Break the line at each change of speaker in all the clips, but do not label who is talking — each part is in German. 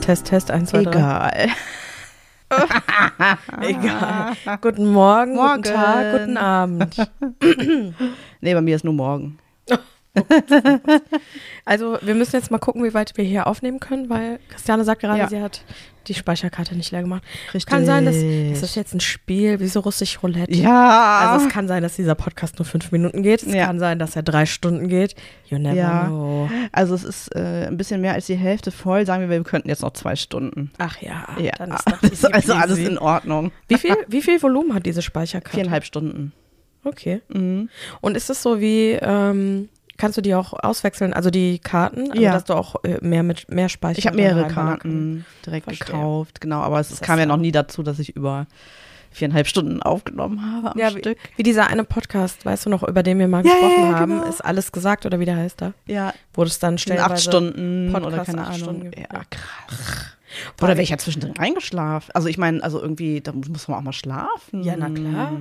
Test, Test, 1, 2, 3.
Egal.
Egal. Guten Morgen,
Morgen.
guten Tag, guten Abend.
Nee, bei mir ist nur morgen.
Also, wir müssen jetzt mal gucken, wie weit wir hier aufnehmen können, weil Christiane sagt gerade,
Ja.
sie hat die Speicherkarte nicht leer gemacht.
Richtig.
Kann sein, dass das ist jetzt ein Spiel, wie so russisch Roulette.
Ja.
Also, es kann sein, dass dieser Podcast nur fünf Minuten geht. Es
Ja.
kann sein, dass er drei Stunden geht. You never
Ja.
know.
also es ist äh, ein bisschen mehr als die Hälfte voll. Sagen wir, wir könnten jetzt noch zwei Stunden.
Ach ja,
Ja,
dann ist noch
das ist
easy
also alles
peasy.
in Ordnung.
wie viel, wie viel Volumen hat diese Speicherkarte?
Viereinhalb Stunden.
Okay.
Mhm.
Und ist es so wie, ähm, kannst du die auch auswechseln, also die Karten, also
Ja.
dass du auch äh, mehr mit mehr Speicher
Ich habe mehrere
drin reinpacken?
Karten direkt
Verstehe.
gekauft, genau. Aber es
Das ist
kam ja
ja-
noch nie dazu, dass ich über viereinhalb Stunden aufgenommen habe am
Ja, wie,
Stück.
wie dieser eine Podcast, weißt du noch, über den wir mal
Ja,
gesprochen
ja, ja,
haben,
genau.
ist alles gesagt oder wie der heißt da?
Ja,
Wurde es dann
in
stellenweise
acht Stunden oder
Podcast
keine
acht
Ahnung.
Stunden.
ja, krass. Oder wäre ich ja zwischendrin reingeschlafen? Also ich meine, also irgendwie, da muss man auch mal schlafen.
Ja, na
Hm.
klar.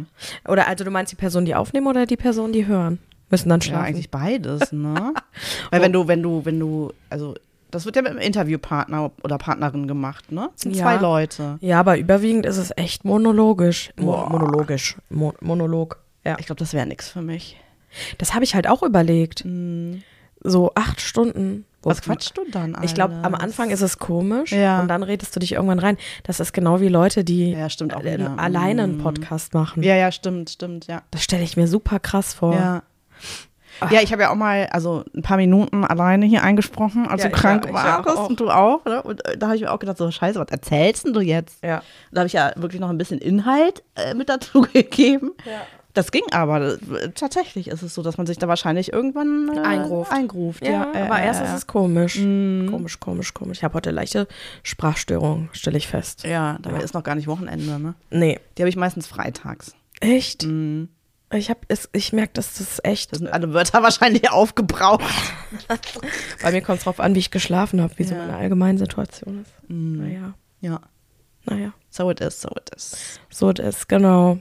Oder also du meinst die Person, die aufnehmen oder die Person, die hören? Müssen dann
Ja,
schlafen.
eigentlich beides, ne? Weil
Oh.
wenn du, wenn du, wenn du, also das wird ja mit einem Interviewpartner oder Partnerin gemacht, ne? Das sind
Ja.
zwei Leute.
Ja, aber überwiegend ist es echt monologisch. Mo
Boah.
monologisch. Mo Monolog. Ja.
Ich glaube, das wäre nichts für mich.
Das habe ich halt auch überlegt. So acht Stunden.
Was
Wo-
quatschst du dann
Mhm. Ich glaube, am
alles?
Anfang ist es komisch
Ja.
und dann redest du dich irgendwann rein. Das ist genau wie Leute, die
Ja, stimmt auch
alle-
wieder.
äh,
mhm.
alleine einen Podcast machen.
Ja, ja, stimmt, stimmt, ja.
Das stelle ich mir super krass vor.
Ja. Ja, ich habe ja auch mal, also ein paar Minuten alleine hier eingesprochen, als
Ja,
du
ich
krank
ja, ich ja
warst
auch.
und du auch, ne? Und äh, da habe ich mir auch gedacht, so scheiße, was erzählst denn du jetzt?
Ja.
Und Da habe ich ja wirklich noch ein bisschen Inhalt äh, mit dazu gegeben.
Ja.
Das ging aber. Das- Tatsächlich ist es so, dass man sich da wahrscheinlich irgendwann äh,
Eingruft.
eingruft.
Ja,
Ja, Mhm.
aber
äh,
erst
äh,
ist es komisch. Komisch, komisch, komisch. Ich habe heute leichte Sprachstörung, stelle ich fest.
äh, Ja, dabei ist noch gar nicht Wochenende, ne?
Nee.
Die habe ich meistens freitags.
Echt?
Mhm.
Ich, hab, es, ich merke, dass das echt.
Da sind alle Wörter wahrscheinlich aufgebraucht.
bei mir kommt es drauf an, wie ich geschlafen habe, wie so
Ja. Mhm.
meine allgemeine Situation ist. Naja,
Ja.
naja.
So it is, so it is.
So das ist, genau.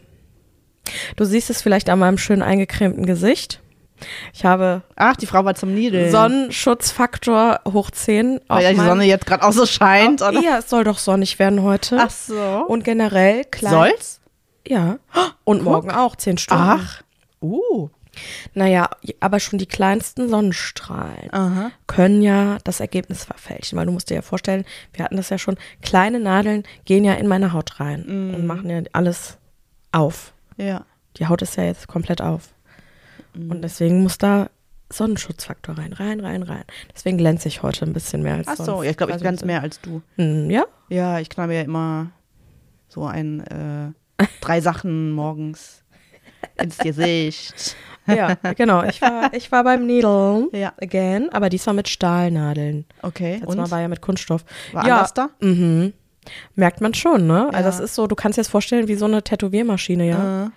Du siehst es vielleicht an meinem schön eingecremten Gesicht. Ich habe
Ach, die Frau war zum Niedeln.
Sonnenschutzfaktor hoch 10. auf
Weil ja die
meinem-
Sonne jetzt gerade auch ne? so scheint. Oder?
Ja, es soll doch sonnig werden heute.
Ach so.
Und generell klein.
Soll's?
Ja. Und morgen auch, 10 Stunden.
Ach. Uh.
Naja, aber schon die kleinsten Sonnenstrahlen
Aha.
können ja das Ergebnis verfälschen, weil du musst dir ja vorstellen, wir hatten das ja schon, kleine Nadeln gehen ja in meine Haut rein
Mhm.
und machen ja alles auf.
Ja.
Die Haut ist ja jetzt komplett auf.
Mhm.
Und deswegen muss da Sonnenschutzfaktor rein, rein, rein, rein. Deswegen glänze ich heute ein bisschen mehr als
Ach so,
sonst.
ja, ich glaube, ich
Also,
ganz mehr als du.
Hm, ja?
Ja, ich knabe ja immer so ein äh, drei Sachen morgens ins Gesicht.
Ja, genau. Ich war, ich war beim Needle
Ja.
again, aber diesmal mit Stahlnadeln.
Okay.
Letztes
und?
Mal war ja mit Kunststoff.
War
ja,
anders da?
Mhm. Merkt man schon, ne? Also
Ja.
das ist so, du kannst dir das vorstellen wie so eine Tätowiermaschine, ja.
Äh,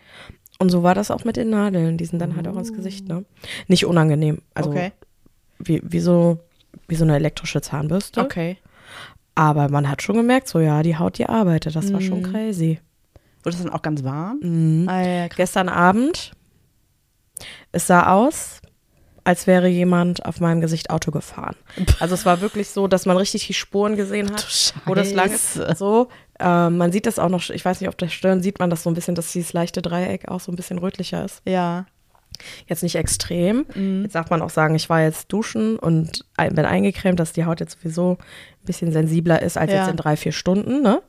Und so war das auch mit den Nadeln. Die sind dann halt auch ins Gesicht, ne? Nicht unangenehm. Also
Mhm. okay.
wie, wie, so, wie so eine elektrische Zahnbürste.
Okay.
Aber man hat schon gemerkt, so ja, die Haut, die arbeitet. Das war schon crazy.
Wurde es dann auch ganz warm?
Mhm.
Ah, ja, krass.
Gestern Abend, es sah aus, als wäre jemand auf meinem Gesicht Auto gefahren. Also es war wirklich so, dass man richtig die Spuren gesehen hat,
du
wo das lang ist.
Scheiße.
So, ähm, man sieht das auch noch, ich weiß nicht, auf der Stirn sieht man das so ein bisschen, dass dieses leichte Dreieck auch so ein bisschen rötlicher ist.
ja.
Jetzt nicht extrem.
Mhm.
Jetzt darf man auch sagen, ich war jetzt duschen und ein- bin eingecremt, dass die Haut jetzt sowieso ein bisschen sensibler ist als
Ja.
jetzt in drei, vier Stunden. Ne?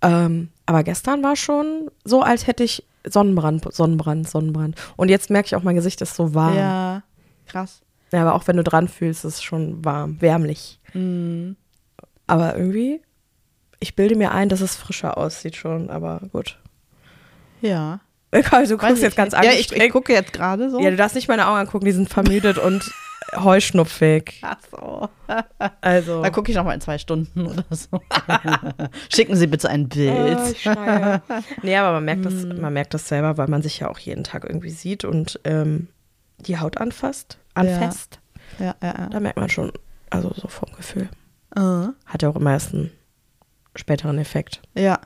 Ähm, aber gestern war schon so, als hätte ich Sonnenbrand, Sonnenbrand, Sonnenbrand. Und jetzt merke ich auch, mein Gesicht ist so warm. Ja.
Ja. Krass.
aber auch wenn du dran fühlst, ist es schon warm, wärmlich.
Mhm.
Aber irgendwie, ich bilde mir ein, dass es frischer aussieht schon, aber gut.
Ja.
Egal, du guckst
ich
jetzt ganz
nicht. Ja, ich, ich
angestrengt.
gucke jetzt gerade so.
Ja, du darfst nicht meine Augen angucken, die sind vermüdet und heuschnupfig.
Ach so.
Also.
Da gucke ich noch mal in zwei Stunden oder so. Schicken Sie bitte ein Bild.
Ah, ich schreie. nee, aber man merkt, das,
Hm.
man merkt das selber, weil man sich ja auch jeden Tag irgendwie sieht und ähm, die Haut anfasst, anfasst.
ja, ja,
Da merkt man schon, also so vom Gefühl.
ja. Äh.
Hat ja auch immer erst einen späteren Effekt.
Ja.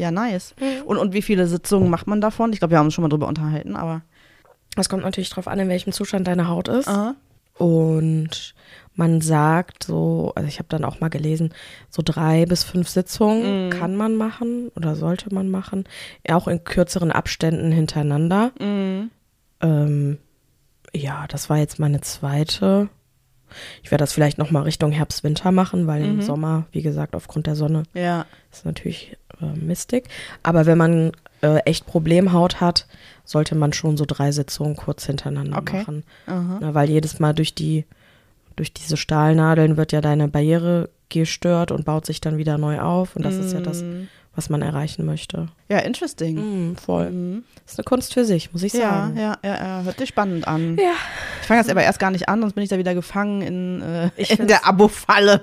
Ja, nice.
Mhm.
Und, und wie viele Sitzungen macht man davon? Ich glaube, wir haben uns schon mal drüber unterhalten, aber.
Das kommt natürlich drauf an, in welchem Zustand deine Haut ist. Und man sagt so, also ich habe dann auch mal gelesen, so drei bis fünf Sitzungen kann man machen oder sollte man machen, auch in kürzeren Abständen hintereinander. Ähm, ja, das war jetzt meine zweite. Ich werde das vielleicht noch mal Richtung Herbst-Winter machen, weil im Sommer, wie gesagt, aufgrund der Sonne
Ja.
ist natürlich äh, mistig. Aber wenn man äh, echt Problemhaut hat, sollte man schon so drei Sitzungen kurz hintereinander
Okay.
machen.
Aha.
Na, weil jedes Mal durch die, durch diese Stahlnadeln wird ja deine Barriere gestört und baut sich dann wieder neu auf. Und das ist ja das, was man erreichen möchte.
Ja, interesting.
Mm, voll. Ist eine Kunst für sich, muss ich
Ja,
sagen.
ja, ja, ja, hört sich spannend an.
Ja.
Ich fange das aber erst gar nicht an, sonst bin ich da wieder gefangen in, äh,
Ich
in
find's-
der Abo-Falle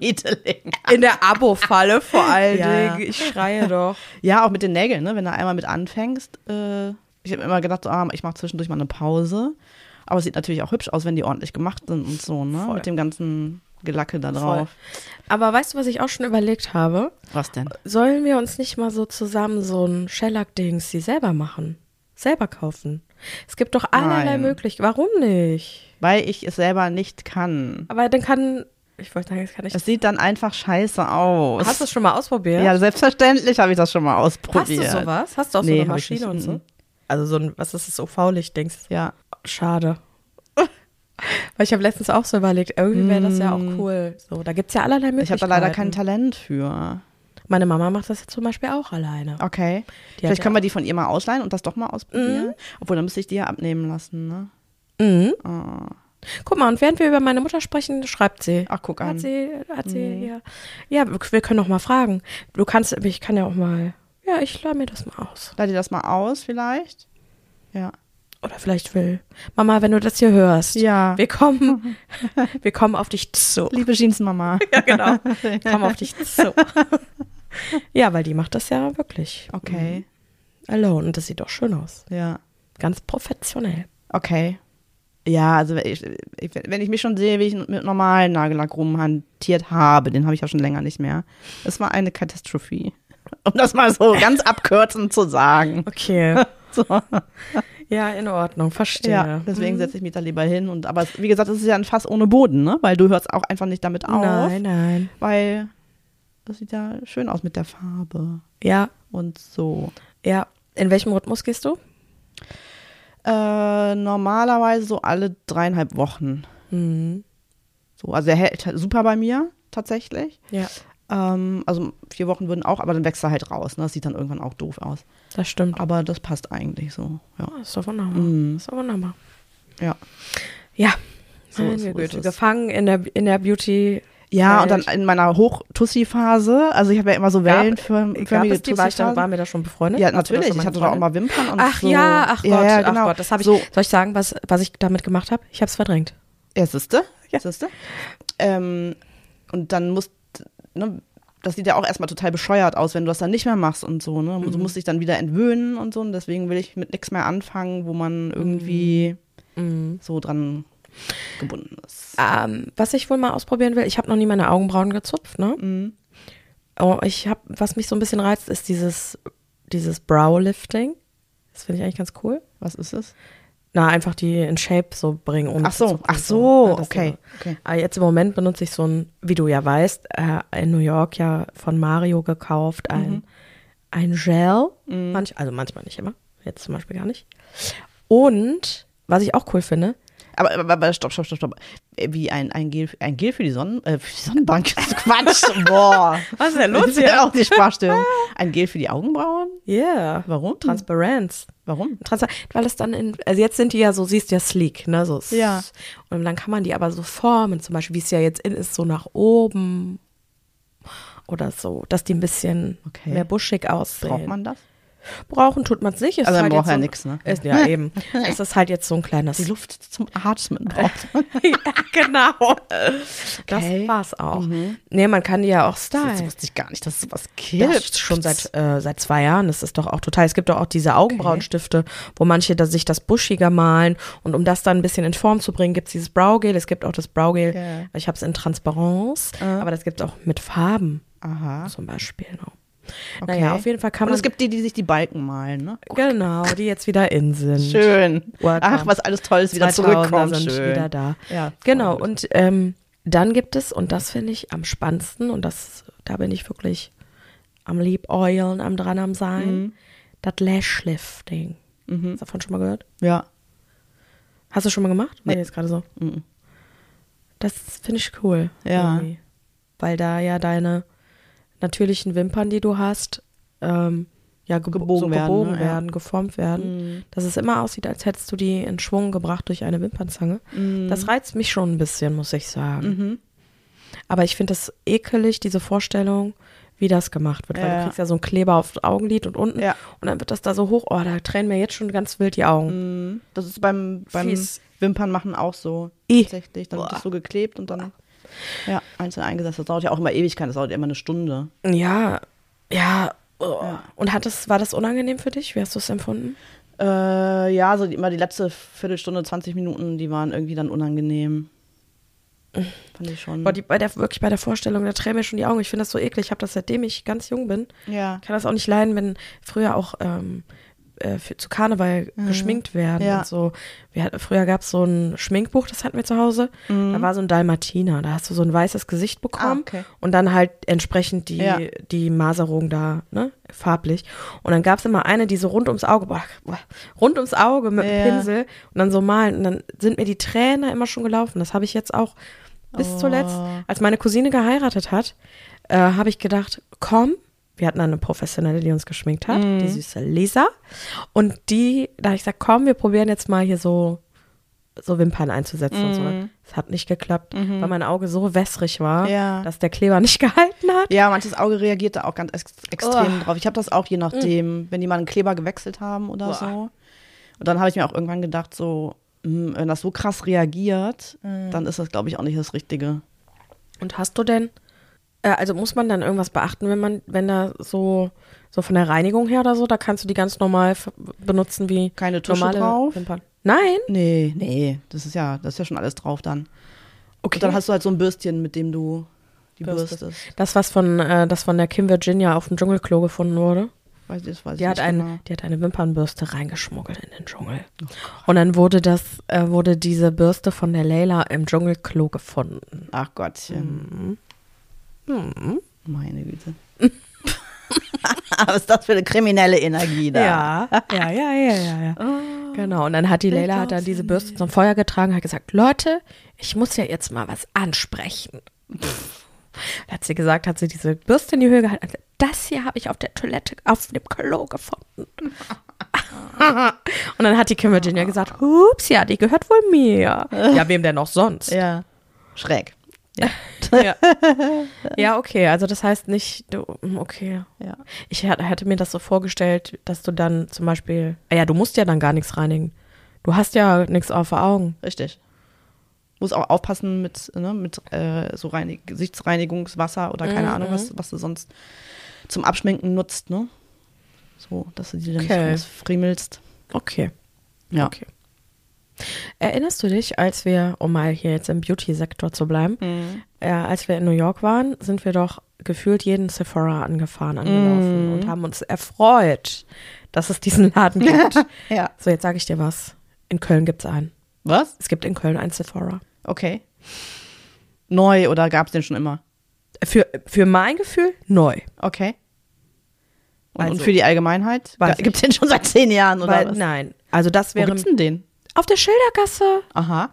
Microneedling.
In der Abo-Falle vor allen
Ja.
Dingen. Ich schreie doch.
Ja, auch mit den Nägeln, ne? wenn du einmal mit anfängst. Äh, ich habe immer gedacht, so, ah, ich mache zwischendurch mal eine Pause. Aber es sieht natürlich auch hübsch aus, wenn die ordentlich gemacht sind und so, ne?
Voll.
Mit dem ganzen Gelacke da
Voll.
drauf.
Aber weißt du, was ich auch schon überlegt habe?
Was denn?
Sollen wir uns nicht mal so zusammen so ein Shellac-Dings die selber machen? Selber kaufen? Es gibt doch allerlei
Nein.
Möglichkeiten. Warum nicht?
Weil ich es selber nicht kann.
Aber dann kann. Ich wollte sagen, es kann nicht.
Es sieht dann einfach scheiße aus.
Hast du es schon mal ausprobiert?
ja, selbstverständlich habe ich das schon mal
Hast
ausprobiert.
du sowas? Hast du auch
Nee,
so eine
hab ich
Maschine und
nicht.
so?
Mhm.
Also so ein, was ist das, UV-Licht-Dings?
Ja.
Schade. Weil ich habe letztens auch so überlegt, irgendwie wäre das ja auch cool. So, da gibt es ja allerlei
Mhm. Ich
Möglichkeiten.
habe da leider kein Talent für.
Meine Mama macht das ja zum Beispiel auch alleine. Die
Okay.
hat
Vielleicht
ja
können wir die von ihr mal ausleihen und das doch mal ausprobieren. Obwohl, dann müsste ich die ja abnehmen lassen, ne?
Mhm.
Ah.
Guck mal, und während wir über meine Mutter sprechen, schreibt sie.
Ach, guck
Hat
an.
sie, hat sie, ja. Ja, wir wir können auch mal fragen. Du kannst, ich kann ja auch mal, ja, ich leih mir das mal aus.
Leih dir das mal aus, vielleicht. Ja.
Oder vielleicht will. Mama, wenn du das hier hörst,
Ja.
wir kommen, wir kommen auf dich zu.
Liebe Jeans-Mama.
Ja, genau. Wir kommen auf dich zu. Ja, weil die macht das ja wirklich Mhm.
Okay.
alone. Und das sieht auch schön aus.
Ja.
Ganz professionell.
Okay. Ja, also wenn ich, ich- wenn ich mich schon sehe, wie ich mit normalen Nagellack rumhantiert habe, den habe ich ja schon länger nicht mehr. Es war eine Katastrophe. Um das mal so ganz abkürzend zu sagen.
Okay.
So.
Ja, in Ordnung. Verstehe.
Ja,
Mhm.
deswegen setze ich mich da lieber hin. Und, aber es, wie gesagt, es ist ja ein Fass ohne Boden, ne? Weil du hörst auch einfach nicht damit auf.
Mhm. Nein, nein.
Weil das sieht ja schön aus mit der Farbe
Ja,
und so.
ja. In welchem Rhythmus gehst du?
Äh, normalerweise so alle dreieinhalb Wochen.
Mhm.
So, also er hält halt super bei mir tatsächlich.
Ja,
Ähm, also vier Wochen würden auch, aber dann wächst er halt raus. Ne? Das sieht dann irgendwann auch doof aus.
das stimmt.
Aber das passt eigentlich so. Ja,
Oh, ist doch wunderbar.
Mhm.
Ist doch wunderbar.
ja.
Ja.
So
Meine
ist- so ist
Güte.
es.
Gefangen in der, in der Beauty.
ja und dann
Welt.
in meiner Hochtussi-Phase, also ich habe ja immer so
Gab-
wellenförmige
Gab es die, war, ich da,
Tussi-Phasen.
waren wir da schon ne? befreundet?
Ja,
Warst du da
natürlich.
schon mal
Ich hatte da auch
befreundet?
mal Wimpern und
Ach
so.
ja, ach Gott,
ja, ja,
ach
genau.
Gott, das habe ich.
So,
Soll ich sagen, was, was ich damit gemacht habe? Ich habe es verdrängt.
ja, siehste?
Ja.
Siehste? Ähm, und dann musst, ne, das sieht ja auch erstmal total bescheuert aus, wenn du das dann nicht mehr machst und so, ne? Du musst dich dann wieder entwöhnen und so. Und deswegen will ich mit nichts mehr anfangen, wo man irgendwie so dran gebunden ist.
Ähm, was ich wohl mal ausprobieren will, ich habe noch nie meine Augenbrauen gezupft, ne?
Mhm.
Oh, ich habe, was mich so ein bisschen reizt, ist dieses, dieses Browlifting. Das finde ich eigentlich ganz cool.
Was ist es?
Na, einfach die in Shape so bringen. Ohne
Ach so,
zu zupfen
ach
und
so,
Ja, das
okay,
Ding.
okay.
Aber jetzt im Moment benutze ich so ein, wie du ja weißt, äh, in New York ja von Mario gekauft, ein,
Mhm.
ein Gel. Manch, also manchmal nicht immer. Jetzt zum Beispiel gar nicht. Und, was ich auch cool finde,
Aber, aber, aber stopp, stopp, stopp, stopp. Äh, Wie ein, ein, Gel, ein Gel für die, Sonnen, äh, für die Sonnenbank. Das ist Quatsch. Boah.
Was ist denn
Das ist ja auch die Sprachstörung. Ein Gel für die Augenbrauen?
Yeah.
Warum?
Transparenz.
Warum?
Transpa weil das dann in, also jetzt sind die ja so, siehst du ja sleek, ne, so. s-
Ja.
Und dann kann man die aber so formen, zum Beispiel, wie es ja jetzt in ist, so nach oben oder so, dass die ein bisschen
Okay.
mehr buschig aussehen.
Braucht man das?
Brauchen tut man es nicht. Ist
Also dann
halt
braucht
jetzt
er
so,
nix, ne?
Ist, ja, eben. es ist halt jetzt so ein kleines.
Die Luft zum Atmen braucht man.
ja, genau. Das
Okay. Mhm.
war's auch. Nee, man kann die ja auch
Das
stylen.
wusste ich gar nicht, dass es sowas
Das
gibt.
ist schon seit, äh, seit zwei Jahren. Das ist doch auch total. Es gibt doch auch diese Augenbrauenstifte, wo manche da sich das buschiger malen. Und um das dann ein bisschen in Form zu bringen, gibt es dieses Braugel. Es gibt auch das Braugel.
Ja. Ah.
Ich habe es in Transparenz, aber das gibt es auch mit Farben
Aha.
zum Beispiel. Genau.
Ah. Okay.
Naja, auf jeden Fall kann
Und
man.
es gibt die, die sich die Balken malen, ne?
genau, die jetzt wieder in sind.
Schön.
Welcome.
Ach, was alles Tolles wieder
2000er
zurückkommt.
sind
Schön.
wieder da.
Ja,
genau. Und ähm, Dann gibt es, und das finde ich am spannendsten, und das, da bin ich wirklich am Liebäulen, am dran am Sein,
Mhm.
das Lashlifting. Hast du davon schon mal gehört?
Ja.
Hast du schon mal gemacht? War
Nee.
jetzt gerade so.
Mhm.
Das finde ich cool.
Ja.
irgendwie. Weil da ja deine natürlichen Wimpern, die du hast, ähm, ja, gebo gebogen, so
Gebogen werden,
gebogen
ne? Ja. Mhm.
werden, geformt werden. Dass es immer aussieht, als hättest du die in Schwung gebracht durch eine Wimpernzange.
Mhm.
Das reizt mich schon ein bisschen, muss ich sagen. Aber ich finde das ekelig, diese Vorstellung, wie das gemacht wird. Weil
Ja.
du kriegst ja so einen Kleber auf das Augenlid und unten.
Ja.
Und dann wird das da so hoch. Oh, da tränen mir jetzt schon ganz wild die Augen.
Mhm. Das ist beim, beim
Fies.
Wimpernmachen auch so.
I.
Tatsächlich. Dann wird
Boah.
das so geklebt und dann ja, einzeln eingesetzt. Das dauert ja auch immer Ewigkeit, das dauert ja immer eine Stunde.
Ja, ja. oh.
Ja.
Und hat das, war das unangenehm für dich? Wie hast du es empfunden?
Äh, ja, so die, immer die letzte Viertelstunde, 20 Minuten, die waren irgendwie dann unangenehm. Fand ich schon.
Boah, die, bei der, wirklich bei der Vorstellung, da tränen mir schon die Augen. Ich finde das so eklig. Ich habe das seitdem ich ganz jung bin.
ja.
Ich kann das auch nicht leiden, wenn früher auch ähm, äh, für, zu Karneval geschminkt werden
Mhm. Ja.
und so. Wir hatten, früher gab es so ein Schminkbuch, das hatten wir zu Hause. Da war so ein Dalmatiner. Da hast du so ein weißes Gesicht bekommen
Mhm. Ah, okay.
und dann halt entsprechend die,
Ja.
die Maserung da, ne, farblich. Und dann gab es immer eine, die so rund ums Auge, boah, boah, rund ums Auge mit
Ja.
dem Pinsel und dann so malen. Und dann sind mir die Tränen immer schon gelaufen. Das habe ich jetzt auch bis
Oh.
zuletzt, als meine Cousine geheiratet hat, äh, habe ich gedacht, komm, wir hatten dann eine Professionelle, die uns geschminkt hat,
Mhm.
die süße Lisa. Und die, da habe ich gesagt, komm, wir probieren jetzt mal hier so, so Wimpern einzusetzen und so.
Mhm.
Es hat nicht geklappt, weil mein Auge so wässrig war,
Ja.
dass der Kleber nicht gehalten hat.
Ja, manches Auge reagiert da auch ganz ex extrem
Uah.
drauf. Ich habe das
Mm.
auch je nachdem, wenn die mal einen Kleber gewechselt haben oder
Uah.
so. Und dann habe ich mir auch irgendwann gedacht, so, hm, wenn das so krass reagiert,
Mm.
dann ist das, glaube ich, auch nicht das Richtige.
Und hast du denn, äh, also muss man dann irgendwas beachten, wenn man, wenn da so, so von der Reinigung her oder so, da kannst du die ganz normal f- benutzen wie
Keine Tusche
normale
drauf?
Wimpern. Nein.
Nee, nee, das ist ja, das ist ja schon alles drauf dann.
Okay.
Und dann hast du halt so ein Bürstchen, mit dem du die
Bürstest.
bürstest.
das, was von, äh, das von der Kim Virginia auf dem Dschungelklo gefunden wurde.
Weiß, das weiß
Die
ich
hat,
nicht
ein,
genau.
die hat eine Wimpernbürste reingeschmuggelt in den Dschungel. und dann wurde das, äh, wurde diese Bürste von der Layla im Dschungelklo gefunden.
genau. Ach Gottchen.
Hm. Mm.
Meine Güte. Was ist das für eine kriminelle Energie da?
ja, ja, ja, ja, ja. genau. Und dann hat die Layla hat dann
glaub's
diese Bürste zum Feuer getragen, hat gesagt, Leute, ich muss ja jetzt mal was ansprechen. Dann hat sie gesagt, hat sie diese Bürste in die Höhe gehalten. hat gesagt, Das hier habe ich auf der Toilette, auf dem Klo gefunden. Und dann hat die Kim Virginia gesagt, hups, ja, die gehört wohl mir. Ja, wem denn auch sonst?
Ja. Schräg.
Ja. ja, okay. Also das heißt nicht, du, hm, okay.
Ja.
Ich hat- hätte mir das so vorgestellt, dass du dann zum Beispiel, ah ja, du musst ja dann gar nichts reinigen. Du hast ja nichts auf den Augen.
Richtig. Muss auch aufpassen mit, ne, mit äh, so Reinig Gesichtsreinigungswasser oder keine
Mhm,
Ahnung, was, was du sonst zum Abschminken nutzt, ne? So, dass du die dann
Okay.
nicht friemelst.
Okay.
Ja.
Okay. Erinnerst du dich, als wir, um mal hier jetzt im Beauty-Sektor zu bleiben, äh, als wir in New York waren, sind wir doch gefühlt jeden Sephora angefahren, angelaufen
Mm.
und haben uns erfreut, dass es diesen Laden gibt.
Ja.
so, jetzt sage ich dir was. In Köln gibt es einen.
Was?
Es gibt in Köln einen Sephora.
Okay. Neu oder gab's den schon immer?
Für, für mein Gefühl neu.
Okay. Und, und
Also.
für die Allgemeinheit?
Weiß
Gibt's den schon seit zehn Jahren oder
Weil,
was?
nein. Also das
Wo
wäre
gibt's denn den?
auf der Schildergasse,
Aha.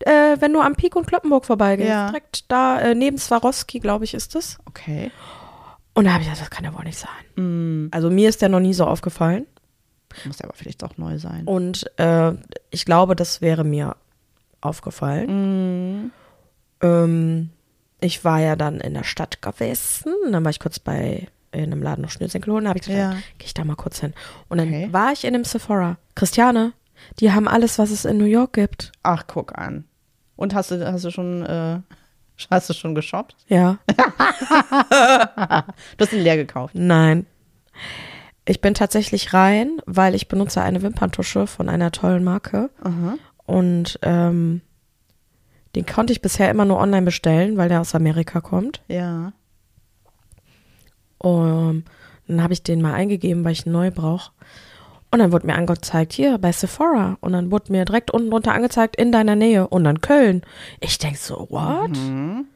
äh, wenn du am Pik und Kloppenburg vorbeigehst.
Ja.
Direkt da äh, neben Swarovski, glaube ich, ist es.
Okay. Hm.
Und da habe ich gesagt, das kann ja wohl nicht sein. Also mir ist der noch nie so aufgefallen.
Muss ja aber vielleicht auch neu sein.
Und äh, ich glaube, das wäre mir aufgefallen.
Hm.
Ähm, ich war ja dann in der Stadt gewesen. Dann war ich kurz bei in einem Laden noch Schnürsenkel holen. Da habe ich gesagt,
Ja.
gehe ich da mal kurz hin. Und dann
Okay.
war ich in einem Sephora. Christiane, die haben alles, was es in New York gibt.
Ach, guck an. Und hast du, hast du schon, äh, hast du schon geshoppt?
Ja.
Du hast ihn leer gekauft.
Nein. Ich bin tatsächlich rein, weil ich benutze eine Wimperntusche von einer tollen Marke. Und ähm, den konnte ich bisher immer nur online bestellen, weil der aus Amerika kommt.
Ja.
Ähm, dann habe ich den mal eingegeben, weil ich einen neu brauche. Und dann wurde mir angezeigt, hier bei Sephora. Und dann wurde mir direkt unten drunter angezeigt, in deiner Nähe. Und dann Köln. Ich denke so, what? Mhm.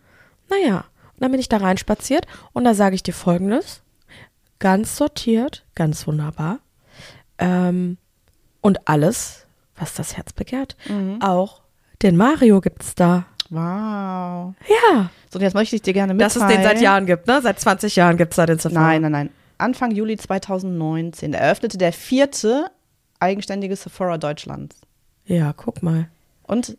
Naja, und dann bin ich da reinspaziert und da sage ich dir folgendes. Ganz sortiert, ganz wunderbar. Ähm, und alles, was das Herz begehrt. Auch den Mario gibt's da.
Wow.
Ja.
So, und jetzt möchte ich dir gerne
Dass es
mitteilen.
den seit Jahren gibt, ne? Seit 20 Jahren gibt's da den Sephora.
Nein, nein, nein. Anfang Juli 2019 eröffnete der vierte eigenständige Sephora Deutschlands.
Ja, guck mal.
Und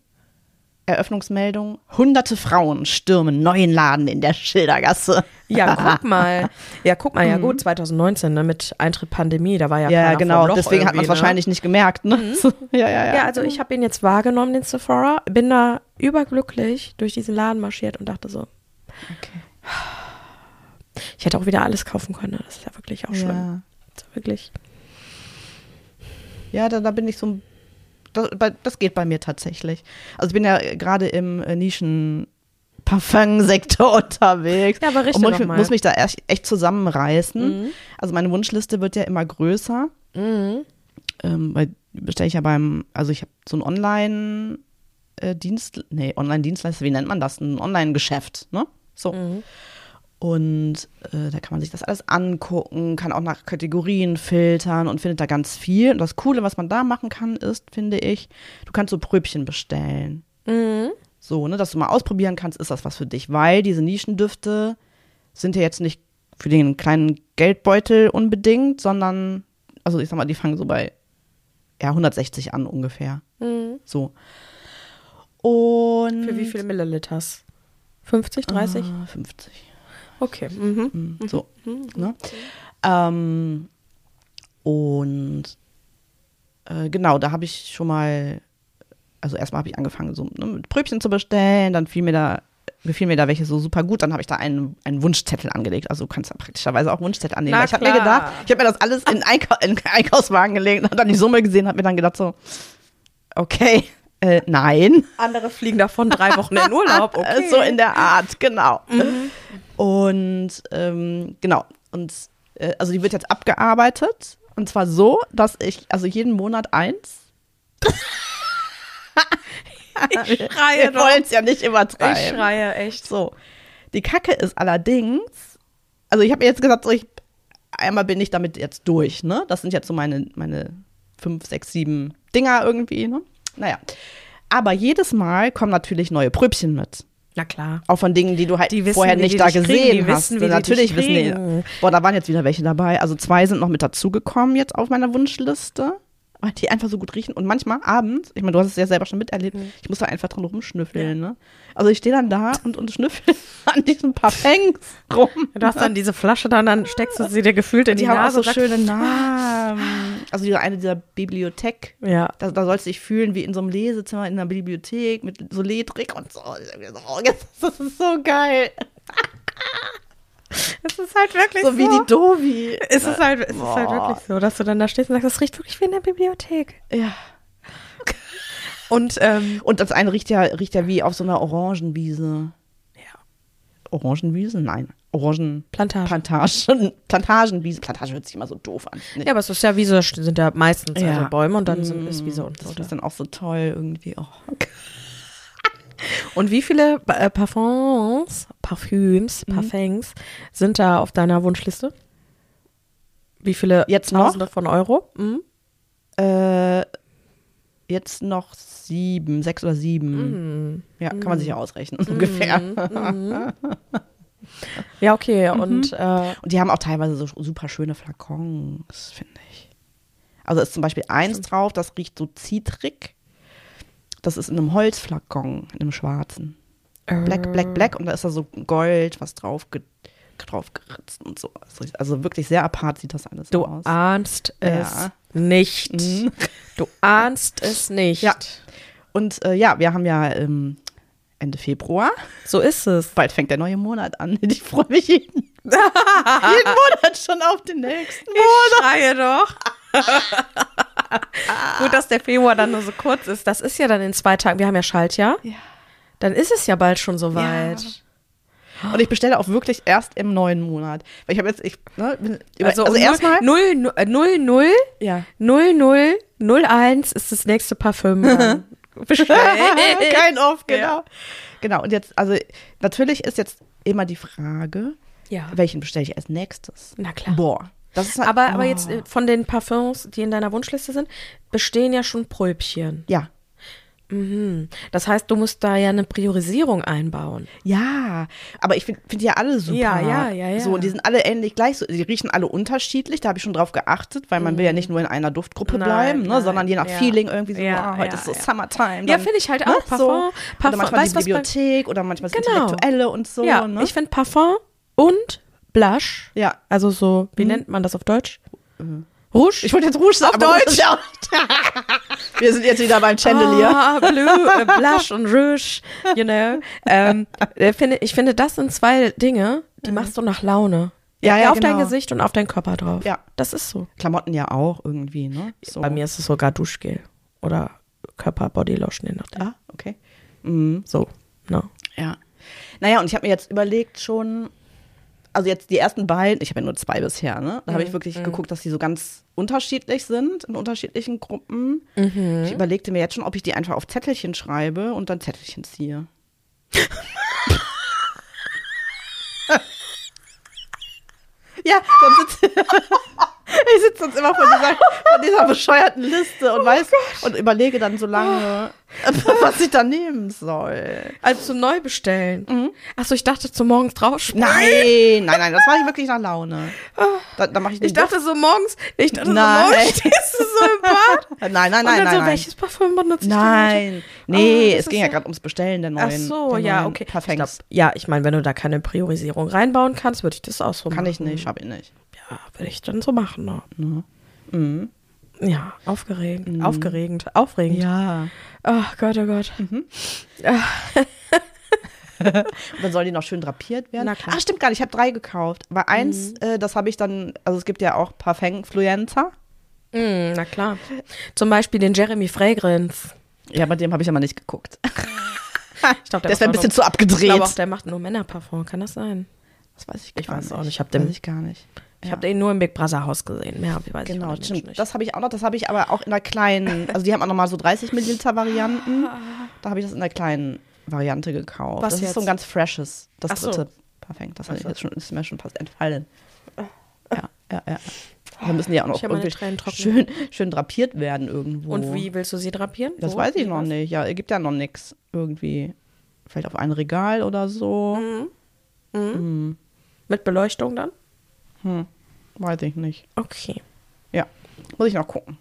Eröffnungsmeldung: Hunderte Frauen stürmen neuen Laden in der Schildergasse.
Ja, guck mal. Ja, guck mal, ja gut, 2019, ne, mit Eintritt Pandemie, da war ja
Mhm. Ja,
keiner
genau.
vorm Loch
Deswegen hat man
irgendwie, ne?
es
Mhm.
wahrscheinlich nicht gemerkt. Ne? Ja, ja, ja.
Ja, also ich habe ihn jetzt wahrgenommen, den Sephora, bin da überglücklich durch diesen Laden marschiert und dachte so,
Okay.
ich hätte auch wieder alles kaufen können. ne? Das ist ja wirklich auch schlimm.
ja.
Das ist wirklich.
Ja, da, da bin ich so ein. Das, bei- das geht bei mir tatsächlich. Also ich bin ja äh, gerade im äh, Nischen. Parfum-Sektor unterwegs.
Ja, aber
richtig.
richte
Und muss,
doch mal. Mhm.
muss mich da echt, echt zusammenreißen.
Hm?
Also meine Wunschliste wird ja immer größer. Ähm, weil bestelle ich ja beim, also ich habe so ein Online äh, Dienst, nee, Online Dienstleister, wie nennt man das? Ein Online Geschäft, ne? So.
Mhm.
Und äh, da kann man sich das alles angucken, kann auch nach Kategorien filtern und findet da ganz viel. Und das Coole, was man da machen kann, ist, finde ich, du kannst so Pröbchen bestellen.
Mhm.
So, ne, dass du mal ausprobieren kannst, ist das was für dich, weil diese Nischendüfte sind ja jetzt nicht für den kleinen Geldbeutel unbedingt, sondern, also ich sag mal, die fangen so bei ja, 160 an ungefähr. So. Und
Mhm. Für wie viel Milliliters? 50, 30?
Ah, 50.
Okay. Mhm.
So. Ne? Ähm, und äh, genau, da habe ich schon mal, also erstmal habe ich angefangen, so ne, mit Pröbchen zu bestellen, dann fiel mir da gefiel mir da welche so super gut, dann habe ich da einen, einen Wunschzettel angelegt. Also du kannst ja praktischerweise auch Wunschzettel anlegen.
Na
Weil ich habe mir
klar.
gedacht, ich habe mir das alles in den Einkau in den Einkaufswagen gelegt und hab dann die Summe gesehen, habe mir dann gedacht so, okay, äh, nein.
Andere fliegen davon drei Wochen in Urlaub. Okay. Mhm.
So in der Art, genau. Und ähm, genau, und äh, also die wird jetzt abgearbeitet. Und zwar so, dass ich, also jeden Monat eins.
ich schreie
Wir
doch.
wollen es ja nicht
Ich
übertreiben.
schreie echt.
So. Die Kacke ist allerdings, also ich habe jetzt gesagt, so ich, einmal bin ich damit jetzt durch, ne? Das sind jetzt so meine, meine fünf, sechs, sieben Dinger irgendwie, ne? Naja. Aber jedes Mal kommen natürlich neue Pröbchen mit.
Na klar.
Auch von Dingen, die du halt
Die wissen,
vorher
wie
nicht
die
da
dich
gesehen
kriegen, die
hast.
wissen, wie die
Natürlich
dich
wissen
kriegen.
die. Boah, da waren jetzt wieder welche dabei. Also zwei sind noch mit dazugekommen jetzt auf meiner Wunschliste, weil die einfach so gut riechen. Und manchmal abends, ich meine, du hast es ja selber schon miterlebt,
Mhm.
ich muss da einfach dran rumschnüffeln. Ne? Also ich stehe dann da und, und schnüffel an diesen Parfums rum.
Du hast dann diese Flasche, dann, dann steckst du sie dir gefühlt in die,
Die, haben auch
Nase.
so
und sagst,
schöne Namen. Also diese eine dieser Bibliothek.
Ja.
Da, da sollst du dich fühlen wie in so einem Lesezimmer in einer Bibliothek mit so Ledrik und so. Oh, Das ist so geil.
Es ist halt wirklich
So wie die Dovi.
Es ist halt, es ist halt
Boah.
wirklich so, dass du dann da stehst und sagst, das riecht wirklich wie in der Bibliothek.
Ja.
Und ähm,
Und das eine riecht ja, riecht ja wie auf so einer Orangenwiese.
ja,
Orangenwiese? Nein. Orangen.
Plantage.
Plantagen. Plantagenwiese. Plantage hört sich immer so doof an. Nee.
ja, aber es ist ja Wiese, sind ja Mhm. meistens
Ja.
also Bäume und dann sind, ist Wiese und so.
Das
da.
ist dann auch so toll irgendwie. Oh.
Und wie viele äh, Parfums, Parfüms, Parfums sind da auf deiner Wunschliste? Wie viele
Jetzt noch?
Tausende von Euro? Mhm.
Äh, jetzt noch sieben, sechs oder sieben.
Mhm.
Ja, kann man sich ja ausrechnen ungefähr.
Ja, okay. Und äh,
Und die haben auch teilweise so super schöne Flakons, finde ich. Also ist zum Beispiel eins drauf, das riecht so zitrig. Das ist in einem Holzflakon, in einem schwarzen. Black,
Äh.
black, black. Und da ist da so Gold, was drauf, ge drauf geritzt und so. Also- Also wirklich sehr apart sieht das alles
du ah.
aus.
ahnst es
Ja. Mhm.
nicht. Du ahnst es nicht.
Ja. Und äh, ja, wir haben ja ähm, Ende Februar.
So ist es.
Bald fängt der neue Monat an. Ich freue mich jeden, jeden Monat schon auf den nächsten.
Ich schreie doch. Gut, dass der Februar dann nur so kurz ist. Das ist ja dann in zwei Tagen. Wir haben ja Schaltjahr.
Ja.
Dann ist es ja bald schon soweit.
Und ich bestelle auch wirklich erst im neuen Monat. Weil ich habe jetzt, ich, ne, bin über,
Also, also
also, erstmal.
erstmal 0, 0, 0,
Ja.
0, 0, 0, 1 ist das nächste Parfüm. dann bestellt.
Kein off, genau.
Ja.
Genau. Und jetzt, also natürlich ist jetzt immer die Frage,
ja,
welchen bestelle ich als nächstes?
na klar.
Boah. Das ist halt,
Aber, aber jetzt äh, von den Parfüms, die in deiner Wunschliste sind, bestehen ja schon Pröbchen.
ja.
Mhm. Das heißt, du musst da ja eine Priorisierung einbauen.
Ja, aber ich finde find die ja alle super.
Ja, ja, ja, ja.
So, und die sind alle ähnlich gleich. So, die riechen alle unterschiedlich. Da habe ich schon drauf geachtet, weil man will ja nicht nur in einer Duftgruppe
Mhm. Nein,
bleiben, ne,
nein,
sondern je nach
ja.
Feeling irgendwie so,
Ja,
ah, heute
ja,
ist so
ja.
Summertime.
Ja,
dann,
finde ich halt
ne,
auch. Parfum-
so.
Parfum-
oder manchmal
weißt du,
die
was bei-
Bibliothek oder manchmal das
Genau.
Intellektuelle und so.
ja,
ne?
ich finde Parfum und Blush,
ja.
also so, wie nennt man das auf Deutsch? Mhm. Rouge?
Ich wollte jetzt Rouge sagen.
Auf
aber
Deutsch.
Rouge ist ja auch- Wir sind jetzt wieder beim Chandelier.
Ah, Blue, äh, Blush und Rouge, you know. Ähm, äh, finde, ich finde, das sind zwei Dinge, die machst du nach Laune.
Ja, ja,
auf dein
genau.
Gesicht und auf deinen Körper drauf.
Ja.
Das ist so.
Klamotten ja auch irgendwie, ne? So.
Bei mir ist es sogar Duschgel oder Körper-Body-Lotion, je nachdem.
Ah, okay. Mhm.
So, ne?
Ja. Naja, und ich habe mir jetzt überlegt schon, also jetzt die ersten beiden, ich habe ja nur zwei bisher, ne? Da habe ich wirklich geguckt, dass die so ganz unterschiedlich sind in unterschiedlichen Gruppen. Ich überlegte mir jetzt schon, ob ich die einfach auf Zettelchen schreibe und dann Zettelchen ziehe. ja, sonst sitze ich sitze sonst immer von dieser, von dieser bescheuerten Liste und weiß und überlege dann so lange, was ich da nehmen soll.
Also zu neu bestellen. Achso, ich dachte zu morgens draufspulen.
Nein, nein, nein, das mache ich wirklich nach Laune.
Ah.
Da, da mache ich
Ich
nicht.
dachte so morgens, ich dachte
Nein.
so morgens stehst du so im Bad.
nein, nein, nein,
und dann
nein.
so,
nein.
welches Parfüm benutze ich denn heute?
Nein, nee,
Ah, das
es ging
ist
ja
ja-
gerade ums Bestellen der neuen.
Ach so,
der
ja,
neuen
okay. Ich
Parfums.
glaub, ja, ich meine, wenn du da keine Priorisierung reinbauen kannst, würde ich das auch so
Kann
machen.
ich nicht, habe ich nicht. Mhm.
Ja, würde ich dann so machen. Ne? Ja, aufgeregt, aufgeregend, aufregend.
Ja. Mhm.
Ach Gott, oh Gott.
Und dann sollen die noch schön drapiert werden.
Na klar. Mhm.
Ach, stimmt gar nicht, ich habe drei gekauft. Weil eins, äh, das habe ich dann, also es gibt ja auch Parfum-Fluenza.
Mm, na klar. Zum Beispiel den Jeremy Fragrance.
Ja, bei dem habe ich ja mal nicht geguckt.
Ich glaube,
Der ist mir ein bisschen zu
Ich glaube auch,
abgedreht.
der macht nur Männerparfum. Kann das sein?
Das weiß ich
Ich
gar
weiß
nicht.
auch nicht, ich hab
Weiß
den-
ich gar nicht.
Ich
Ja.
habe den nur im Big Brother Haus gesehen. Mehr hab ich- weiß
Genau,
ich von dem Menschen
stimmt.
nicht.
Das habe ich auch noch. Das habe ich aber auch in der kleinen. Also die haben auch noch mal so 30 Milliliter Varianten. Da habe ich das in der kleinen Variante gekauft.
Was
das
jetzt?
ist so ein ganz freshes. Das
Ach so.
dritte Parfum. Das habe ich
so.
jetzt schon, ist mir schon fast entfallen. Ja, ja, ja. Da müssen die ja auch noch
Ich hab meine
irgendwie
Tränen trocken.
schön, schön drapiert werden irgendwo.
Und wie willst du sie drapieren?
Das
Wo?
weiß ich
Wie
noch
was?
nicht. Ja, es gibt ja noch nichts irgendwie. Vielleicht auf ein Regal oder so.
Mhm.
Mhm.
Mit Beleuchtung dann?
Hm, Weiß ich nicht.
Okay.
Ja, muss ich noch gucken.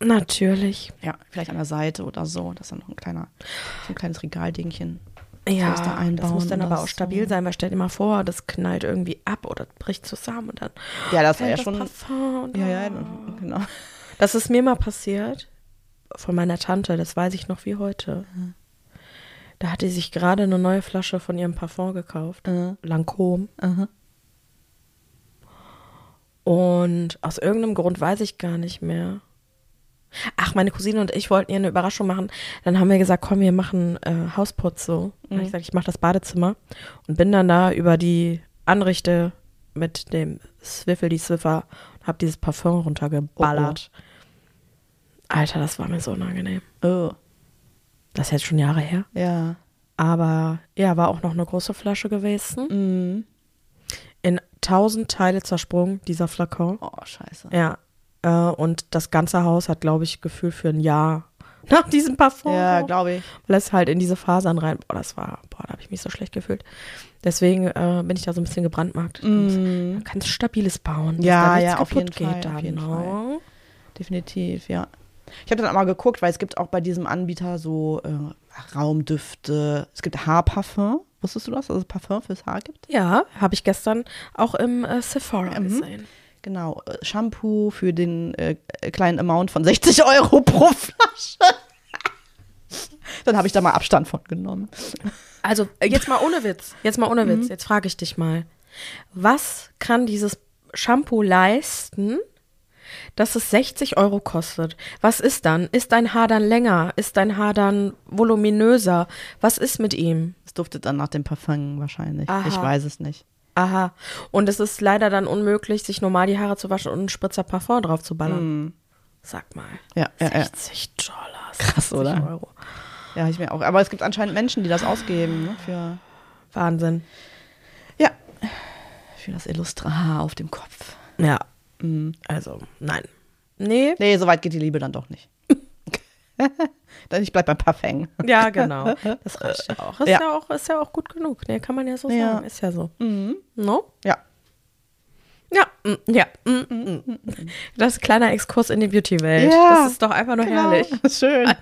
Natürlich.
Ja, vielleicht an der Seite oder so. Das ist dann noch ein kleiner, so ein kleines Regaldingchen.
Ja,
muss da
das
einbauen
muss dann
oder
aber auch
so.
stabil sein, weil stell dir mal vor, das knallt irgendwie ab oder bricht zusammen und dann
Ja, das war
fällt
ja
das
schon.
Parfum. Und
Ja, ja, dann- genau.
Das ist mir mal passiert von meiner Tante, das weiß ich noch wie heute. Da hat die sich gerade eine neue Flasche von ihrem Parfum gekauft,
Mhm.
Lancôme.
Aha.
Und aus irgendeinem Grund weiß ich gar nicht mehr. Ach, meine Cousine und ich wollten ihr eine Überraschung machen. Dann haben wir gesagt, komm, wir machen äh, Hausputz so. Dann hab ich gesagt, ich mache das Badezimmer und bin dann da über die Anrichte mit dem Swiffel, die Swiffer und habe dieses Parfum runtergeballert. Alter, das war mir so unangenehm.
Oh,
Das ist jetzt schon Jahre her.
ja.
Aber ja, war auch noch eine große Flasche gewesen.
Mhm.
In tausend Teile zersprungen, dieser Flakon.
Oh, scheiße.
Ja. Äh, und das ganze Haus hat, glaube ich, Gefühl für ein Jahr nach diesem Parfum.
Ja,
so.
glaube ich.
Weil es halt in diese Fasern rein. Boah, das war, boah, da habe ich mich so schlecht gefühlt. Deswegen äh, bin ich da so ein bisschen gebrandmarkt. Und Man kann stabiles bauen, dass
Mm. Ja,
da nichts
ja, auf
kaputt
jeden
geht
Fall, auf
dann,
jeden
ne?
Definitiv, ja. Ich habe dann auch mal geguckt, weil es gibt auch bei diesem Anbieter so äh, Raumdüfte. Es gibt Haarparfum. Wusstest du das, dass es Parfum fürs Haar gibt?
Ja, habe ich gestern auch im äh,
Mhm.
Sephora gesehen.
Genau. Äh, Shampoo für den äh, äh, kleinen Amount von 60 Euro pro Flasche. dann habe ich da mal Abstand von genommen.
Also äh, jetzt mal ohne Witz, jetzt mal ohne
Mhm.
Witz, jetzt frage ich dich mal, was kann dieses Shampoo leisten, dass es 60 Euro kostet? Was ist dann? Ist dein Haar dann länger? Ist dein Haar dann voluminöser? Was ist mit ihm?
Ist duftet dann nach dem Parfum wahrscheinlich.
Aha.
Ich weiß es nicht.
Aha. Und es ist leider dann unmöglich, sich normal die Haare zu waschen und einen Spritzer Parfum drauf zu ballern. Sag mal.
Ja, Mhm. ja, ja.
60 Dollar.
Krass,
60
oder?
Euro.
Ja, hab ich mir auch. Aber es gibt anscheinend Menschen, die das ausgeben, ne? Für,
Wahnsinn.
ja, für das illustre Haar auf dem Kopf.
Ja.
Mhm.
Also, nein. Nee.
Nee, so weit geht die Liebe dann doch nicht. Dann ich bleib beim Parfum.
Ja, genau. Das reicht ja auch. Ist ja,
Äh, Ja.
auch, ist ja auch gut genug. Nee, kann man ja so
Ja. Mhm.
sagen. Ist ja so. No?
Ja.
Ja, mm, ja. Mm, mm. Das ist ein kleiner Exkurs in die Beauty-Welt.
Mhm. Ja.
Das ist doch einfach nur herrlich.
Genau. Schön.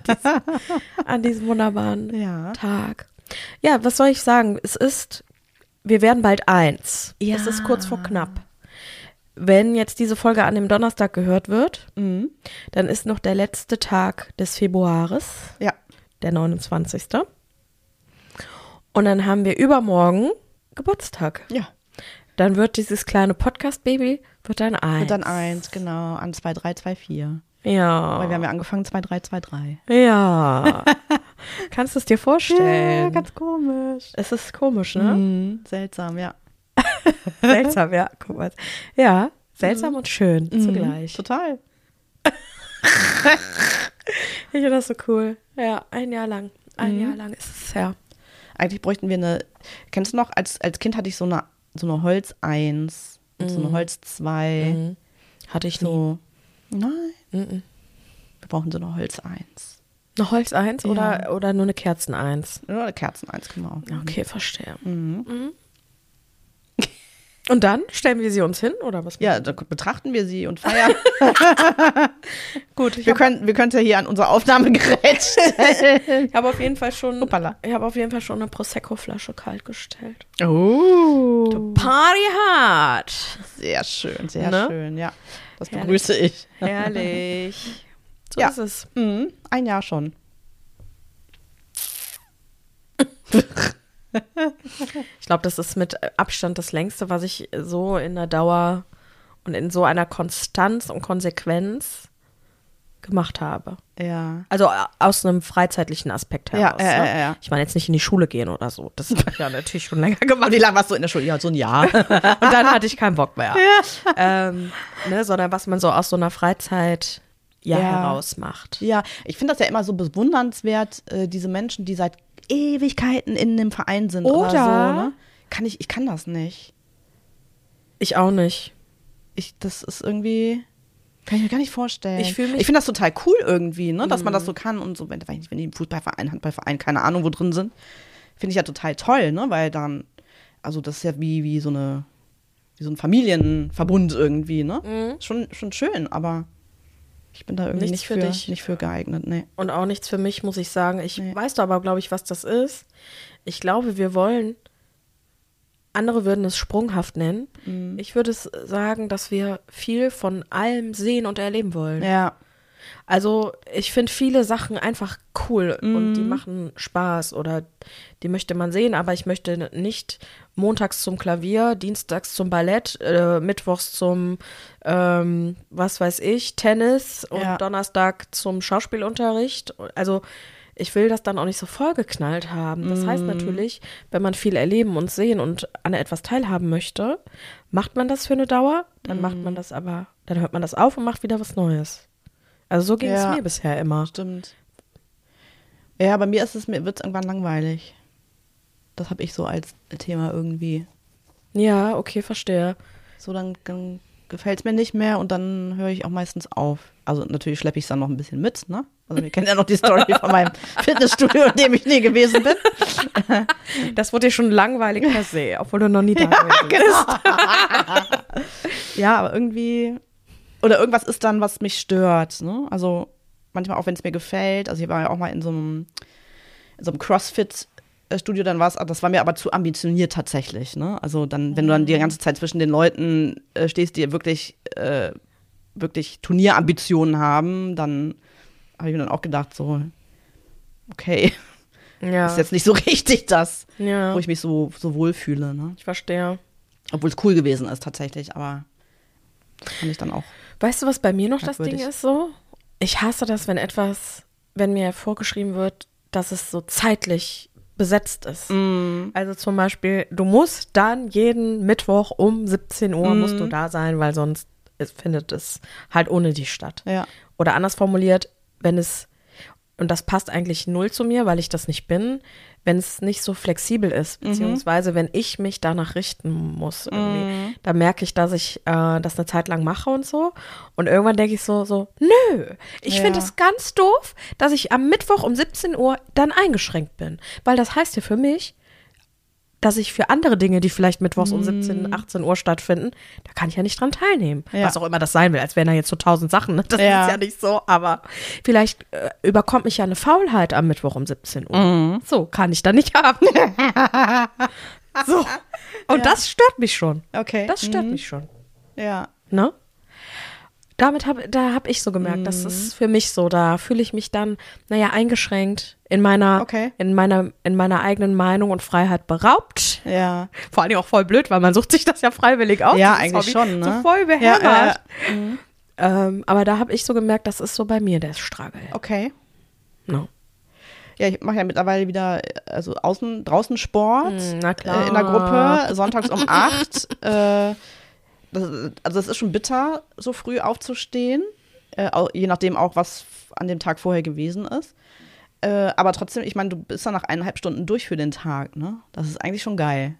an diesem wunderbaren
Ja.
Tag. Ja, was soll ich sagen? Es ist, wir werden bald eins.
Ja.
Es ist kurz vor knapp. Wenn jetzt diese Folge an dem Donnerstag gehört wird,
Mhm.
dann ist noch der letzte Tag des Februares,
Ja.
der 29. Und dann haben wir übermorgen Geburtstag.
Ja.
Dann wird dieses kleine Podcast-Baby, wird dann eins.
Und dann eins, Oh. genau, an 2324.
Ja.
Weil wir haben ja angefangen 2323.
Ja. Kannst du es dir vorstellen?
komisch.
es ist komisch, ne?
Mhm. Seltsam, ja.
Seltsam, ja. Guck mal. Ja, seltsam und schön
Mhm.
zugleich.
Total.
Ich finde das so cool. Ja, ein Jahr lang. Ein Jahr lang ist es her.
Eigentlich bräuchten wir eine. Kennst du noch, als, als Kind hatte ich so eine, so eine Holz 1 und so eine Holz 2.
Hatte ich Mhm, so
So. Nein. Wir brauchen so eine Holz 1.
Mhm. eine Holz 1
Ja.
oder, oder nur eine Kerzen 1?
Oder eine Kerzen 1, genau.
Okay, verstehe. Mhm. Und dann stellen wir sie uns hin oder was?
Ja, da betrachten wir sie und feiern.
gut. Ich
wir,
habe
können, wir können ja hier an unser Aufnahmegerät stellen.
hab auf jeden Fall schon.
Hoppala.
Ich habe auf jeden Fall schon eine Prosecco-Flasche kalt gestellt.
Oh.
Party hard!
Sehr schön, sehr
Ne?
schön, ja. Das
Herrlich.
begrüße ich.
Herrlich. So
Ja.
ist es.
Mhm, ein Jahr schon.
Ich glaube, das ist mit Abstand das längste, was ich so in der Dauer und in so einer Konstanz und Konsequenz gemacht habe.
Ja.
Also äh, aus einem freizeitlichen Aspekt
Ja,
heraus.
ja,
ne?
ja, ja.
Ich meine jetzt nicht in die Schule gehen oder so. Das habe ich ja natürlich schon länger
Und
gemacht.
wie lange warst du in der Schule? Ja, so ein Jahr.
Und dann hatte ich keinen Bock mehr. Ähm, ne, sondern was man so aus so einer Freizeit ja,
Ja.
heraus macht.
Ja, ich finde das ja immer so bewundernswert, äh, diese Menschen, die seit Ewigkeiten in einem Verein sind oder, so.
Oder-
Ne? Kann ich, ich kann das nicht.
Ich auch nicht.
Ich, das ist irgendwie, kann ich mir gar nicht vorstellen.
Ich fühl mich- Mhm.
ich finde das total cool irgendwie, ne, dass man das so kann und so, wenn, weiß ich nicht, wenn die im Fußballverein, Handballverein, keine Ahnung, wo drin sind, finde ich ja total toll, ne, weil dann, also das ist ja wie, wie so eine, wie so ein Familienverbund irgendwie, ne. Schon, schon schön, aber ich bin da irgendwie
Mhm. Nichts
nicht
für
für,
dich.
nicht für geeignet, ne.
Und auch nichts für mich, muss ich sagen. Ich
Nee.
weiß doch aber, glaube ich, was das ist. Ich glaube, wir wollen, andere würden es sprunghaft nennen. Ich würde es sagen, dass wir viel von allem sehen und erleben wollen.
Ja.
Also ich finde viele Sachen einfach cool und die machen Spaß oder die möchte man sehen, aber ich möchte nicht montags zum Klavier, dienstags zum Ballett, äh, mittwochs zum, ähm, was weiß ich, Tennis und
Ja.
Donnerstag zum Schauspielunterricht. Also ich will das dann auch nicht so vollgeknallt haben. Das heißt natürlich, wenn man viel erleben und sehen und an etwas teilhaben möchte, macht man das für eine Dauer, dann macht man das aber, dann hört man das auf und macht wieder was Neues. Also so ging es
Ja.
mir bisher immer.
Stimmt. Ja, bei mir ist es mir wird's irgendwann langweilig. Das habe ich so als Thema irgendwie.
Ja, okay, verstehe.
So dann, dann gefällt's mir nicht mehr und dann höre ich auch meistens auf. Also natürlich schleppe ich's dann noch ein bisschen mit, ne? Also wir kennen ja noch die Story von meinem Fitnessstudio, in dem ich nie gewesen bin.
Das wurde dir schon langweilig per se, obwohl du noch nie da warst.
Ja, aber irgendwie oder irgendwas ist dann, was mich stört, ne? Also manchmal auch wenn es mir gefällt. Also ich war ja auch mal in so einem in so einem CrossFit Studio, dann war es, das war mir aber zu ambitioniert tatsächlich. Ne? Also dann, wenn du dann die ganze Zeit zwischen den Leuten äh, stehst, die wirklich, äh, wirklich Turnierambitionen haben, dann habe ich mir dann auch gedacht, so, okay,
Ja,
ist jetzt nicht so richtig das,
ja
wo ich mich so, so wohlfühle. Ne?
ich verstehe.
Obwohl es cool gewesen ist tatsächlich, aber das fand ich dann auch.
Weißt du, was bei mir noch das Ding
Merkwürdig.
ist so? Ich hasse das, wenn etwas, wenn mir vorgeschrieben wird, dass es so zeitlich besetzt ist.
Mm.
Also zum Beispiel, du musst dann jeden Mittwoch um 17 Uhr musst du da sein, weil sonst es findet es halt ohne dich statt.
Ja.
Oder anders formuliert, wenn es, und das passt eigentlich null zu mir, weil ich das nicht bin, wenn es nicht so flexibel ist,
Mhm.
beziehungsweise wenn ich mich danach richten muss irgendwie,
Mhm.
da merke ich, dass ich äh, das eine Zeit lang mache und so. Und irgendwann denke ich so, so, nö, ich
Ja.
finde es ganz doof, dass ich am Mittwoch um 17 Uhr dann eingeschränkt bin. Weil das heißt ja für mich, dass ich für andere Dinge, die vielleicht mittwochs um 17, 18 Uhr stattfinden, da kann ich ja nicht dran teilnehmen.
Mhm. Ja.
Was auch immer das sein will, als wären da jetzt so tausend Sachen. ne? Das
Ja.
ist ja nicht so, aber vielleicht äh, überkommt mich ja eine Faulheit am Mittwoch um 17 Uhr.
Mhm.
So, kann ich da nicht haben. so. Und das stört mich schon.
Okay.
Das stört mich schon.
Ja.
Ne? Damit habe da hab ich so gemerkt, das
Mhm.
ist für mich so. Da fühle ich mich dann, naja, eingeschränkt in meiner,
Okay.
in meiner, in meiner eigenen Meinung und Freiheit beraubt.
Ja.
Vor allem auch voll blöd, weil man sucht sich das ja freiwillig aus.
ja,
dieses
eigentlich
Hobby.
schon, ne?
So voll
Ja, ja,
behämmert.
ja.
Ähm, aber da habe ich so gemerkt, das ist so bei mir der Struggle. ne?
Okay.
No.
Ja, ich mache ja mittlerweile wieder äh, also außen, draußen Sport
Mm, Ah. na klar.
Äh, in der Gruppe, sonntags um 8. äh, das, also es ist schon bitter, so früh aufzustehen, äh, au- je nachdem auch, was f- an dem Tag vorher gewesen ist. Äh, aber trotzdem, ich meine, du bist dann nach eineinhalb Stunden durch für den Tag, ne? Das ist eigentlich schon geil.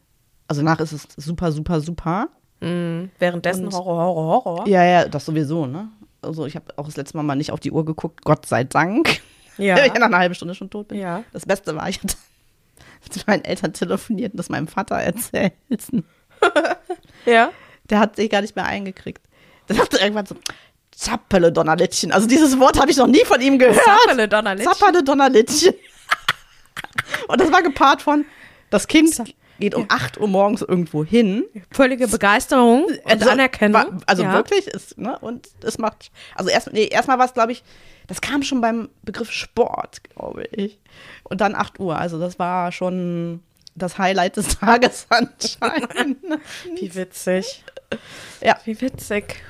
Also danach ist es super, super, super. Mhm.
Währenddessen Horror, Horror, Horror.
Ja, ja, das sowieso, ne? Also ich habe auch das letzte Mal mal nicht auf die Uhr geguckt, Gott sei Dank.
Ja.
Wenn ich nach einer halben Stunde schon tot bin.
Ja.
Das Beste war, ich hatte mit meinen Eltern telefoniert und das meinem Vater erzählt.
Ja.
Der hat sich gar nicht mehr eingekriegt. Der sagte irgendwann so, Zappele Donnerlittchen. Also dieses Wort habe ich noch nie von ihm gehört.
Zappele Donnerlittchen.
Zappele Donnerlittchen. Und das war gepaart von, das Kind geht um 8 Uhr morgens irgendwo hin.
Völlige Begeisterung und
Also,
Anerkennung.
wa- Also
ja.
wirklich, ist, ne? Und es macht. Also erst, nee, erstmal war es, glaube ich, das kam schon beim Begriff Sport, glaube ich. Und dann 8 Uhr. Also das war schon das Highlight des Tages anscheinend.
Wie witzig.
Ja. Mhm.
Wie witzig.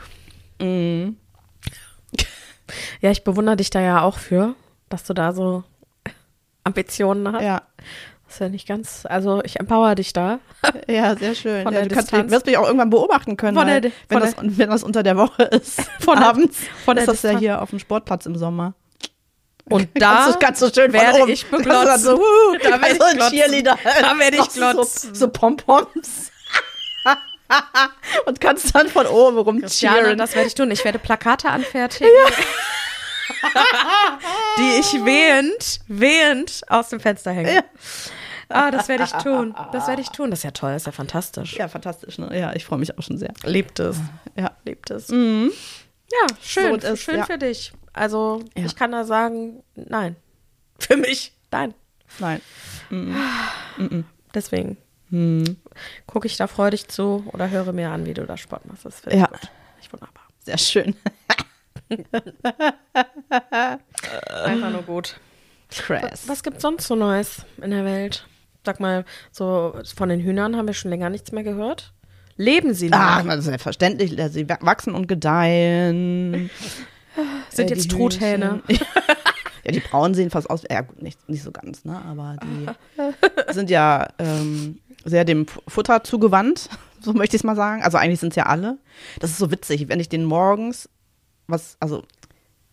Ja, ich bewundere dich da ja auch für, dass du da so Ambitionen hast.
ja.
Das ist ja nicht ganz, also ich empower dich da.
Ja, sehr schön.
Von
ja,
der
du kannst
Distanz.
mich, wirst mich auch irgendwann beobachten können,
Von
weil,
der Di-
wenn,
von
das, wenn das unter der Woche ist,
Von der-
abends,
von der
ist das ja
Distanz.
hier auf dem Sportplatz im Sommer.
Und da
Kannst du- kannst du schön von
werde
oben.
ich beglotzt.
Das ist dann so, uh,
Da werde ich
also ein
glotzen.
Cheerleader. Also
Da werde ich
So-
glotzen.
So Pompoms. Und kannst dann von oben rum
Ja,
cheeren.
das werde ich tun. Ich werde Plakate anfertigen, die ich wehend, wehend aus dem Fenster hänge.
Ja.
Ah, das werde ich tun. Das werde ich tun. Das ist ja toll, das ist ja fantastisch.
ja, fantastisch. Ne? Ja, ich freue mich auch schon sehr.
Lebt es. Mhm.
Ja.
Lebt es. Ja, schön.
So ist es,
schön
ja.
für dich. Also,
Ja.
ich kann da sagen, nein. Für mich, nein.
Nein.
Deswegen
Hm.
gucke ich da freudig zu oder höre mir an, wie du da Sport machst. Das finde
Ja.
ich gut. Echt wunderbar.
Sehr schön.
Einfach nur gut.
Crass.
Was gibt sonst so Neues in der Welt? Sag mal, so von den Hühnern haben wir schon länger nichts mehr gehört. Leben sie noch?
Ach, na, das ist ja verständlich. also Sie wachsen und gedeihen.
Sind
äh,
jetzt
die
Truthähne.
Ja, die Braunen sehen fast aus, ja gut, nicht, nicht so ganz, ne? Aber die sind ja ähm, sehr dem Fu- Futter zugewandt, so möchte ich es mal sagen. Also eigentlich sind es ja alle. Das ist so witzig, wenn ich den morgens, was, also,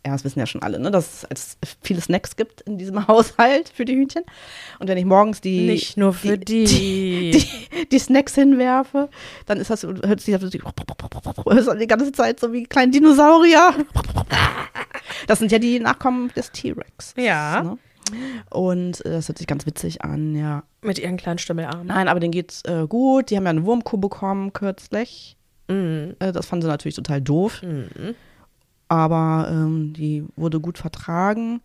ja, das wissen ja schon alle, ne? Dass es viele Snacks gibt in diesem Haushalt für die Hühnchen. Und wenn ich morgens die.
Nicht nur für die.
die, die Snacks hinwerfe, dann ist das, hört sich das so- ist das die ganze Zeit so wie kleine Dinosaurier. Das sind ja die Nachkommen des T-Rex.
Ja.
Ne? Und äh, das hört sich ganz witzig an, ja.
Mit ihren kleinen Stümmelarmen.
Nein, aber denen geht's äh, gut. Die haben ja eine Wurmkuh bekommen kürzlich.
Mm,
Äh, das fanden sie natürlich total doof. Aber ähm, die wurde gut vertragen.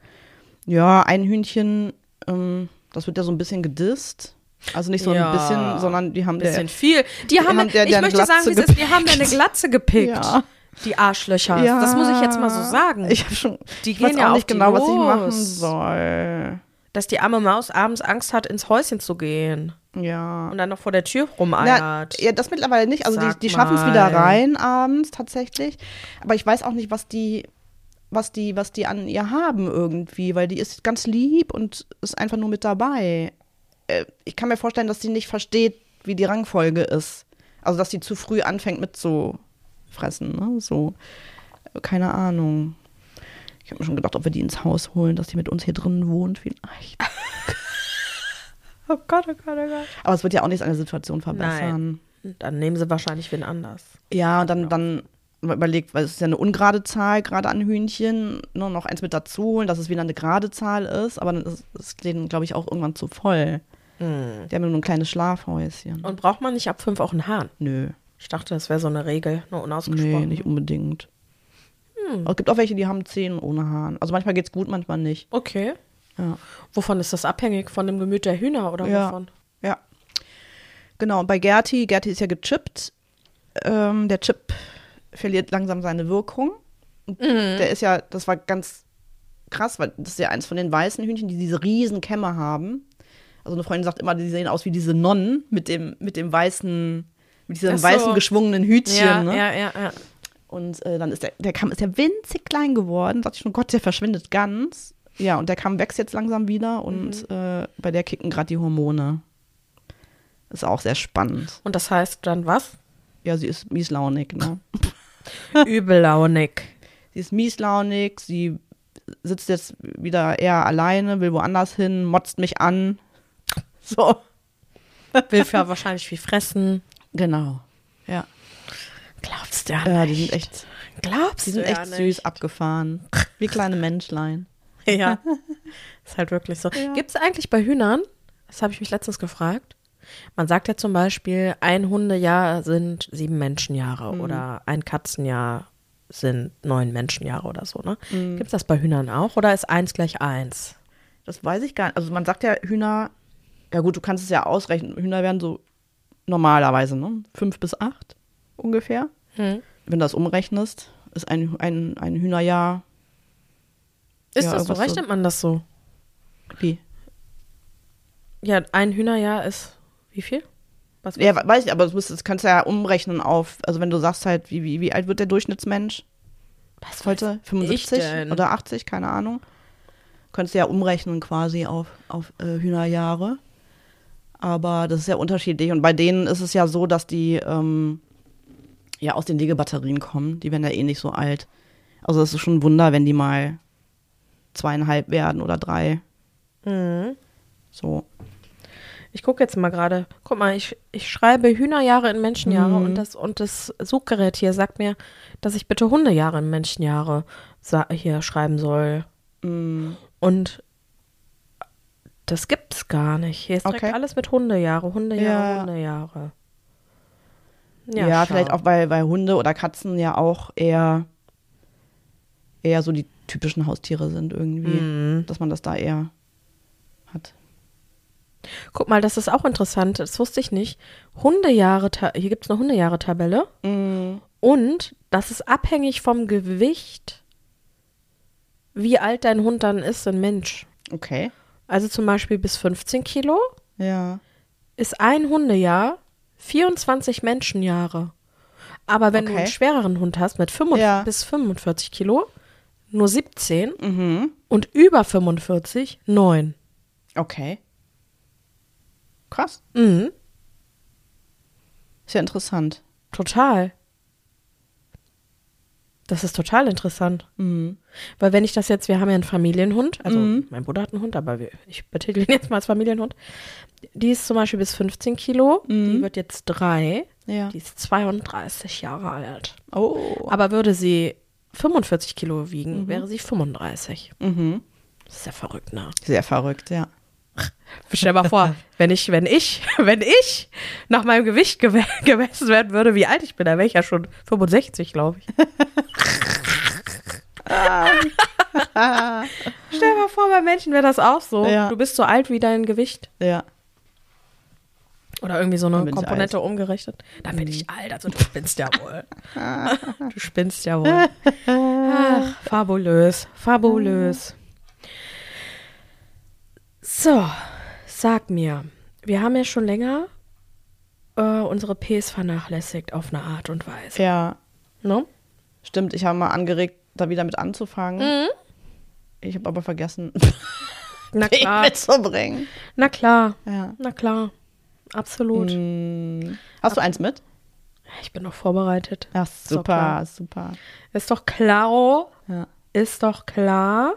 Ja, ein Hühnchen, ähm, das wird ja so ein bisschen gedisst. Also nicht so
Ja.
ein bisschen, sondern die haben
Bisschen
der,
viel. Die haben,
haben der-
ich
der
möchte
Glatze
sagen, wie es ist, die haben deine Glatze gepickt.
Ja.
Die Arschlöcher. Das muss ich jetzt mal so sagen.
Ich habe schon.
Die
ich weiß
gehen ja
auch
auf
nicht
die
genau, was ich
los.
machen soll.
Dass die arme Maus abends Angst hat, ins Häuschen zu gehen.
Ja.
Und dann noch vor der Tür
Na,
rumeiert.
ja, das mittlerweile nicht. Also die,
Sag
die schaffen es
mal.
wieder rein abends tatsächlich. Aber ich weiß auch nicht, was die, was die, was die an ihr haben irgendwie, weil die ist ganz lieb und ist einfach nur mit dabei. äh, ich kann mir vorstellen, dass sie nicht versteht, wie die Rangfolge ist. Also, dass sie zu früh anfängt mitzufressen, ne? So, keine Ahnung. Ich habe mir schon gedacht, ob wir die ins Haus holen, dass die mit uns hier drin wohnt, vielleicht.
Oh Gott, oh Gott, oh Gott.
Aber es wird ja auch nichts an der Situation verbessern.
Dann nehmen sie wahrscheinlich wen anders.
Ja, und dann, dann überlegt, weil es ist ja eine ungerade Zahl, gerade an Hühnchen, ne, noch eins mit dazu holen, dass es wieder eine gerade Zahl ist, aber dann ist es denen, glaube ich, auch irgendwann zu voll. Die haben ja nur ein kleines Schlafhäuschen.
Hm. Und braucht man nicht ab fünf auch einen Hahn?
Nö,
Ich dachte, das wäre so eine Regel, nur unausgesprochen.
nee, nicht unbedingt. Aber Es gibt auch welche, die haben Zehen ohne Haaren. Also manchmal geht's gut, manchmal nicht.
Okay.
Ja.
Wovon ist das abhängig? Von dem Gemüt der Hühner oder
Ja.
wovon?
Ja. Genau, und bei Gerti, Gerti ist ja gechippt. Ähm, der Chip verliert langsam seine Wirkung. Und
Mhm.
Der ist ja, das war ganz krass, weil das ist ja eins von den weißen Hühnchen, die diese riesen Kämme haben. Also eine Freundin sagt immer, die sehen aus wie diese Nonnen mit dem, mit dem weißen, mit diesem
Ach so.
weißen geschwungenen Hütchen. ne?
ja, ja, ja.
Und äh, dann ist der, der Kamm ist ja winzig klein geworden. Dachte ich schon, Gott, der verschwindet ganz. Ja, und der Kamm wächst jetzt langsam wieder
Mhm.
und äh, bei der kicken gerade die Hormone. Ist auch sehr spannend.
Und das heißt dann was?
Ja, sie ist mieslaunig, ne?
Übellaunig.
Sie ist mieslaunig, sie sitzt jetzt wieder eher alleine, will woanders hin, motzt mich an. So.
Will ja wahrscheinlich viel fressen.
Genau. Ja.
Glaubst du ja
Ja, die
nicht.
sind echt,
Glaubst
die sind
du ja ne.
echt süß abgefahren. Wie kleine Menschlein.
nicht. Ja, ist halt wirklich so.
Ja.
Gibt es eigentlich bei Hühnern, das habe ich mich letztens gefragt, man sagt ja zum Beispiel, ein Hundejahr sind sieben Menschenjahre oder ein Katzenjahr sind neun Menschenjahre oder so, ne? Gibt es das bei Hühnern auch oder ist eins gleich eins?
Das weiß ich gar nicht. Also man sagt ja Hühner, ja gut, du kannst es ja ausrechnen. Hühner werden so normalerweise, ne? Fünf bis acht ungefähr.
Mhm.
Wenn du das umrechnest, ist ein, ein, ein Hühnerjahr
Ist
Ja,
das so?
irgendwas so.
Rechnet man das so?
wie?
Ja, ein Hühnerjahr ist wie viel? Was
Ja, we- weiß ich, aber du musst, das kannst du ja umrechnen auf, also wenn du sagst halt, wie, wie, wie alt wird der Durchschnittsmensch
was
heute?
ich
75
denn?
oder 80, keine Ahnung. Könntest du ja umrechnen quasi auf, auf äh, Hühnerjahre. Aber das ist ja unterschiedlich. Und bei denen ist es ja so, dass die ähm, ja aus den Legebatterien kommen. Die werden ja eh nicht so alt. Also es ist schon ein Wunder, wenn die mal zweieinhalb werden oder drei.
Mhm.
So.
Ich gucke jetzt mal gerade. Guck mal, ich, ich schreibe Hühnerjahre in Menschenjahre
Mhm.
und, das, und das Suchgerät hier sagt mir, dass ich bitte Hundejahre in Menschenjahre sa- hier schreiben soll.
Mm,
Und das gibt's gar nicht. Hier ist direkt
Okay.
alles mit Hundejahre, Hundejahre,
Ja.
Hundejahre.
Ja,
schau.
vielleicht auch bei, bei Hunde oder Katzen ja auch eher, eher so die typischen Haustiere sind irgendwie.
Mhm.
Dass man das da eher hat.
Guck mal, das ist auch interessant. Das wusste ich nicht. Hundejahre, hier gibt es eine Hundejahre-Tabelle.
Mm.
Und das ist abhängig vom Gewicht, wie alt dein Hund dann ist, ein Mensch.
Okay.
Also zum Beispiel bis 15 Kilo
Ja.
ist ein Hundejahr 24 Menschenjahre. Aber wenn du
Okay.
einen schwereren Hund hast mit 45
Ja.
bis 45 Kilo, nur 17
Mhm.
und über 45, 9.
Okay. Krass.
Mhm,
Ist ja interessant.
total. Das ist total interessant.
Mm.
Weil wenn ich das jetzt, wir haben ja einen Familienhund, also mein Bruder hat einen Hund, aber wir, ich betitel ihn jetzt mal als Familienhund. Die ist zum Beispiel bis 15 Kilo, die wird jetzt drei,
Ja.
die ist 32 Jahre alt.
Oh.
Aber würde sie 45 Kilo wiegen, wäre sie 35.
Mhm.
Das ist ja verrückt, ne?
Sehr verrückt, ja.
Stell dir mal vor, wenn ich, wenn ich, wenn ich nach meinem Gewicht gewe gemessen werden würde, wie alt ich bin, dann wäre ich ja schon 65, glaube ich. Stell dir mal vor, bei Menschen wäre das auch so.
Ja.
Du bist so alt wie dein Gewicht
Ja.
oder irgendwie so eine
Dann bin ich Mhm.
Komponente umgerechnet. Dann bin ich alt, also du spinnst ja wohl. du spinnst ja wohl. Ach, fabulös, fabulös. So, sag mir, wir haben ja schon länger äh, unsere Ps vernachlässigt auf eine Art und Weise.
Ja.
Ne?
Stimmt, Mhm. ich habe mal angeregt, da wieder mit anzufangen. Ich habe aber vergessen.
Na klar.
mitzubringen.
Na klar.
Ja.
Na klar. Absolut.
Mm. Hast du eins mit?
Ich bin doch vorbereitet.
Ja,
doch
super,
klar.
super.
Ist doch klar.
Ja.
Ist doch klar.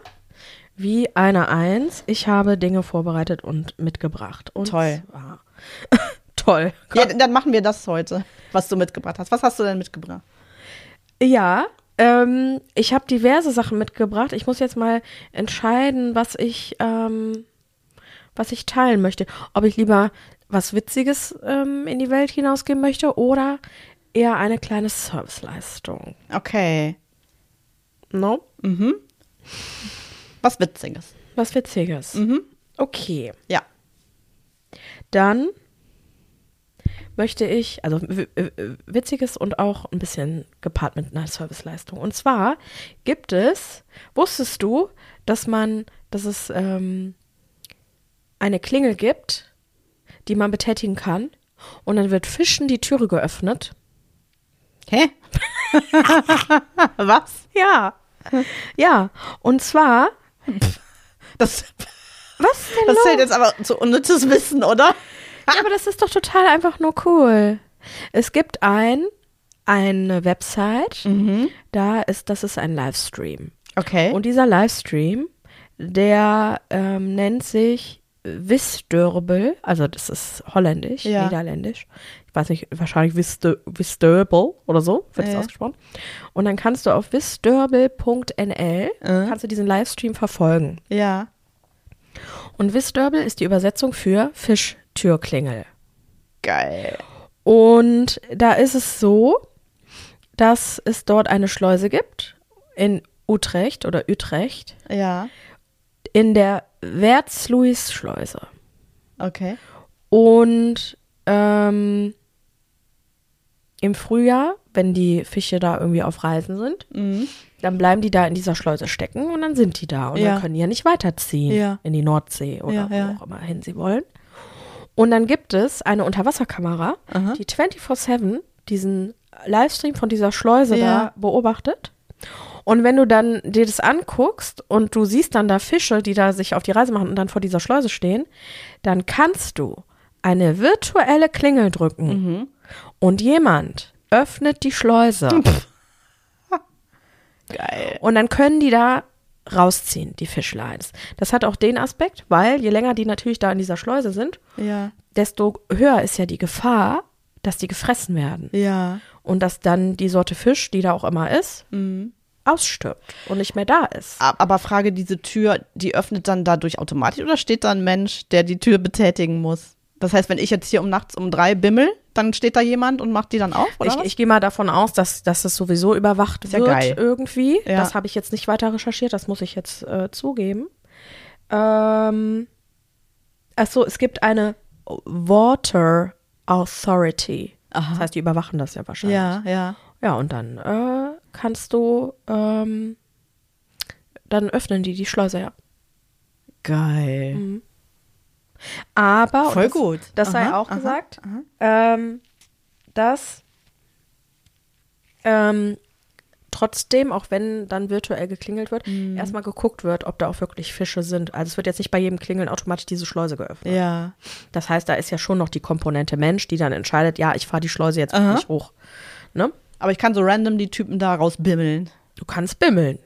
Wie eine Eins. Ich habe Dinge vorbereitet und mitgebracht. Und
Toll.
Zwar, toll.
ja, dann machen wir das heute, was du mitgebracht hast. Was hast du denn mitgebracht?
Ja, ähm, ich habe diverse Sachen mitgebracht. Ich muss jetzt mal entscheiden, was ich, ähm, was ich teilen möchte. Ob ich lieber was Witziges ähm, in die Welt hinausgeben möchte oder eher eine kleine Serviceleistung. ne?
Okay.
No?
Mhm. Was Witziges.
Was Witziges.
Mhm.
Okay,
Ja.
dann möchte ich, also w- w- Witziges und auch ein bisschen gepaart mit einer Serviceleistung. Und zwar gibt es, wusstest du, dass man, dass es ähm, eine Klingel gibt, die man betätigen kann und dann wird Fischen die Türe geöffnet?
Hä? was?
Ja. Ja, und zwar,
Das,
was denn
das
los?
zählt jetzt aber zu unnützes Wissen, oder?
Ja, aber das ist doch total einfach nur cool. Es gibt ein, eine Website,
Mhm.
da ist, das ist ein Livestream.
Okay.
Und dieser Livestream, der ähm, nennt sich Wisdörbel, also das ist holländisch,
Ja.
niederländisch. Ich weiß nicht, wahrscheinlich Wisdö- Wisdörbel oder so, wird es
Ja.
ausgesprochen. Und dann kannst du auf wisdörbel.nl,
Mhm.
kannst du diesen Livestream verfolgen.
ja.
Und Wisdörbel ist die Übersetzung für Fischtürklingel.
Geil.
Und da ist es so, dass es dort eine Schleuse gibt in Utrecht oder Utrecht,
Ja.
in der Wertsluis-Schleuse.
Okay.
Und ähm, im Frühjahr, wenn die Fische da irgendwie auf Reisen sind,
Mhm.
dann bleiben die da in dieser Schleuse stecken und dann sind die da und
Ja.
dann können die ja nicht weiterziehen
Ja.
in die Nordsee oder
Ja,
wo
ja.
auch immer hin sie wollen. Und dann gibt es eine Unterwasserkamera,
Aha.
die 24/7 diesen Livestream von dieser Schleuse
Ja.
da beobachtet. Und wenn du dann dir das anguckst und du siehst dann da Fische, die da sich auf die Reise machen und dann vor dieser Schleuse stehen, dann kannst du eine virtuelle Klingel drücken
Mhm.
und jemand öffnet die Schleuse.
Geil.
Und dann können die da rausziehen, die Fischleins. Das hat auch den Aspekt, weil je länger die natürlich da in dieser Schleuse sind,
Ja.
desto höher ist ja die Gefahr, dass die gefressen werden.
Ja.
Und dass dann die Sorte Fisch, die da auch immer ist, ausstirbt und nicht mehr da ist.
Ab- Aber Frage, diese Tür, die öffnet dann dadurch automatisch oder steht da ein Mensch, der die Tür betätigen muss? Das heißt, wenn ich jetzt hier um nachts um drei bimmel, dann steht da jemand und macht die dann auf, oder
Ich,
was?
ich gehe mal davon aus, dass, dass das sowieso überwacht
ja
wird
geil.
irgendwie.
Ja.
Das habe ich jetzt nicht weiter recherchiert, das muss ich jetzt äh, zugeben. Ähm, achso, es gibt eine Water Authority.
Aha.
Das heißt, die überwachen das ja wahrscheinlich.
ja, ja.
Ja, und dann äh, kannst du, ähm, dann öffnen die die Schleuse, ja.
Geil.
Aber, und
Voll
das,
gut.
das sei
Aha,
auch
aha,
gesagt, Ähm, dass ähm, trotzdem, auch wenn dann virtuell geklingelt wird,
Mhm.
erstmal geguckt wird, ob da auch wirklich Fische sind. Also es wird jetzt nicht bei jedem Klingeln automatisch diese Schleuse geöffnet.
Ja.
Das heißt, da ist ja schon noch die Komponente Mensch, die dann entscheidet, ja, ich fahre die Schleuse jetzt
Aha.
wirklich hoch. Ne?
Aber ich kann so random die Typen da rausbimmeln.
Du kannst bimmeln.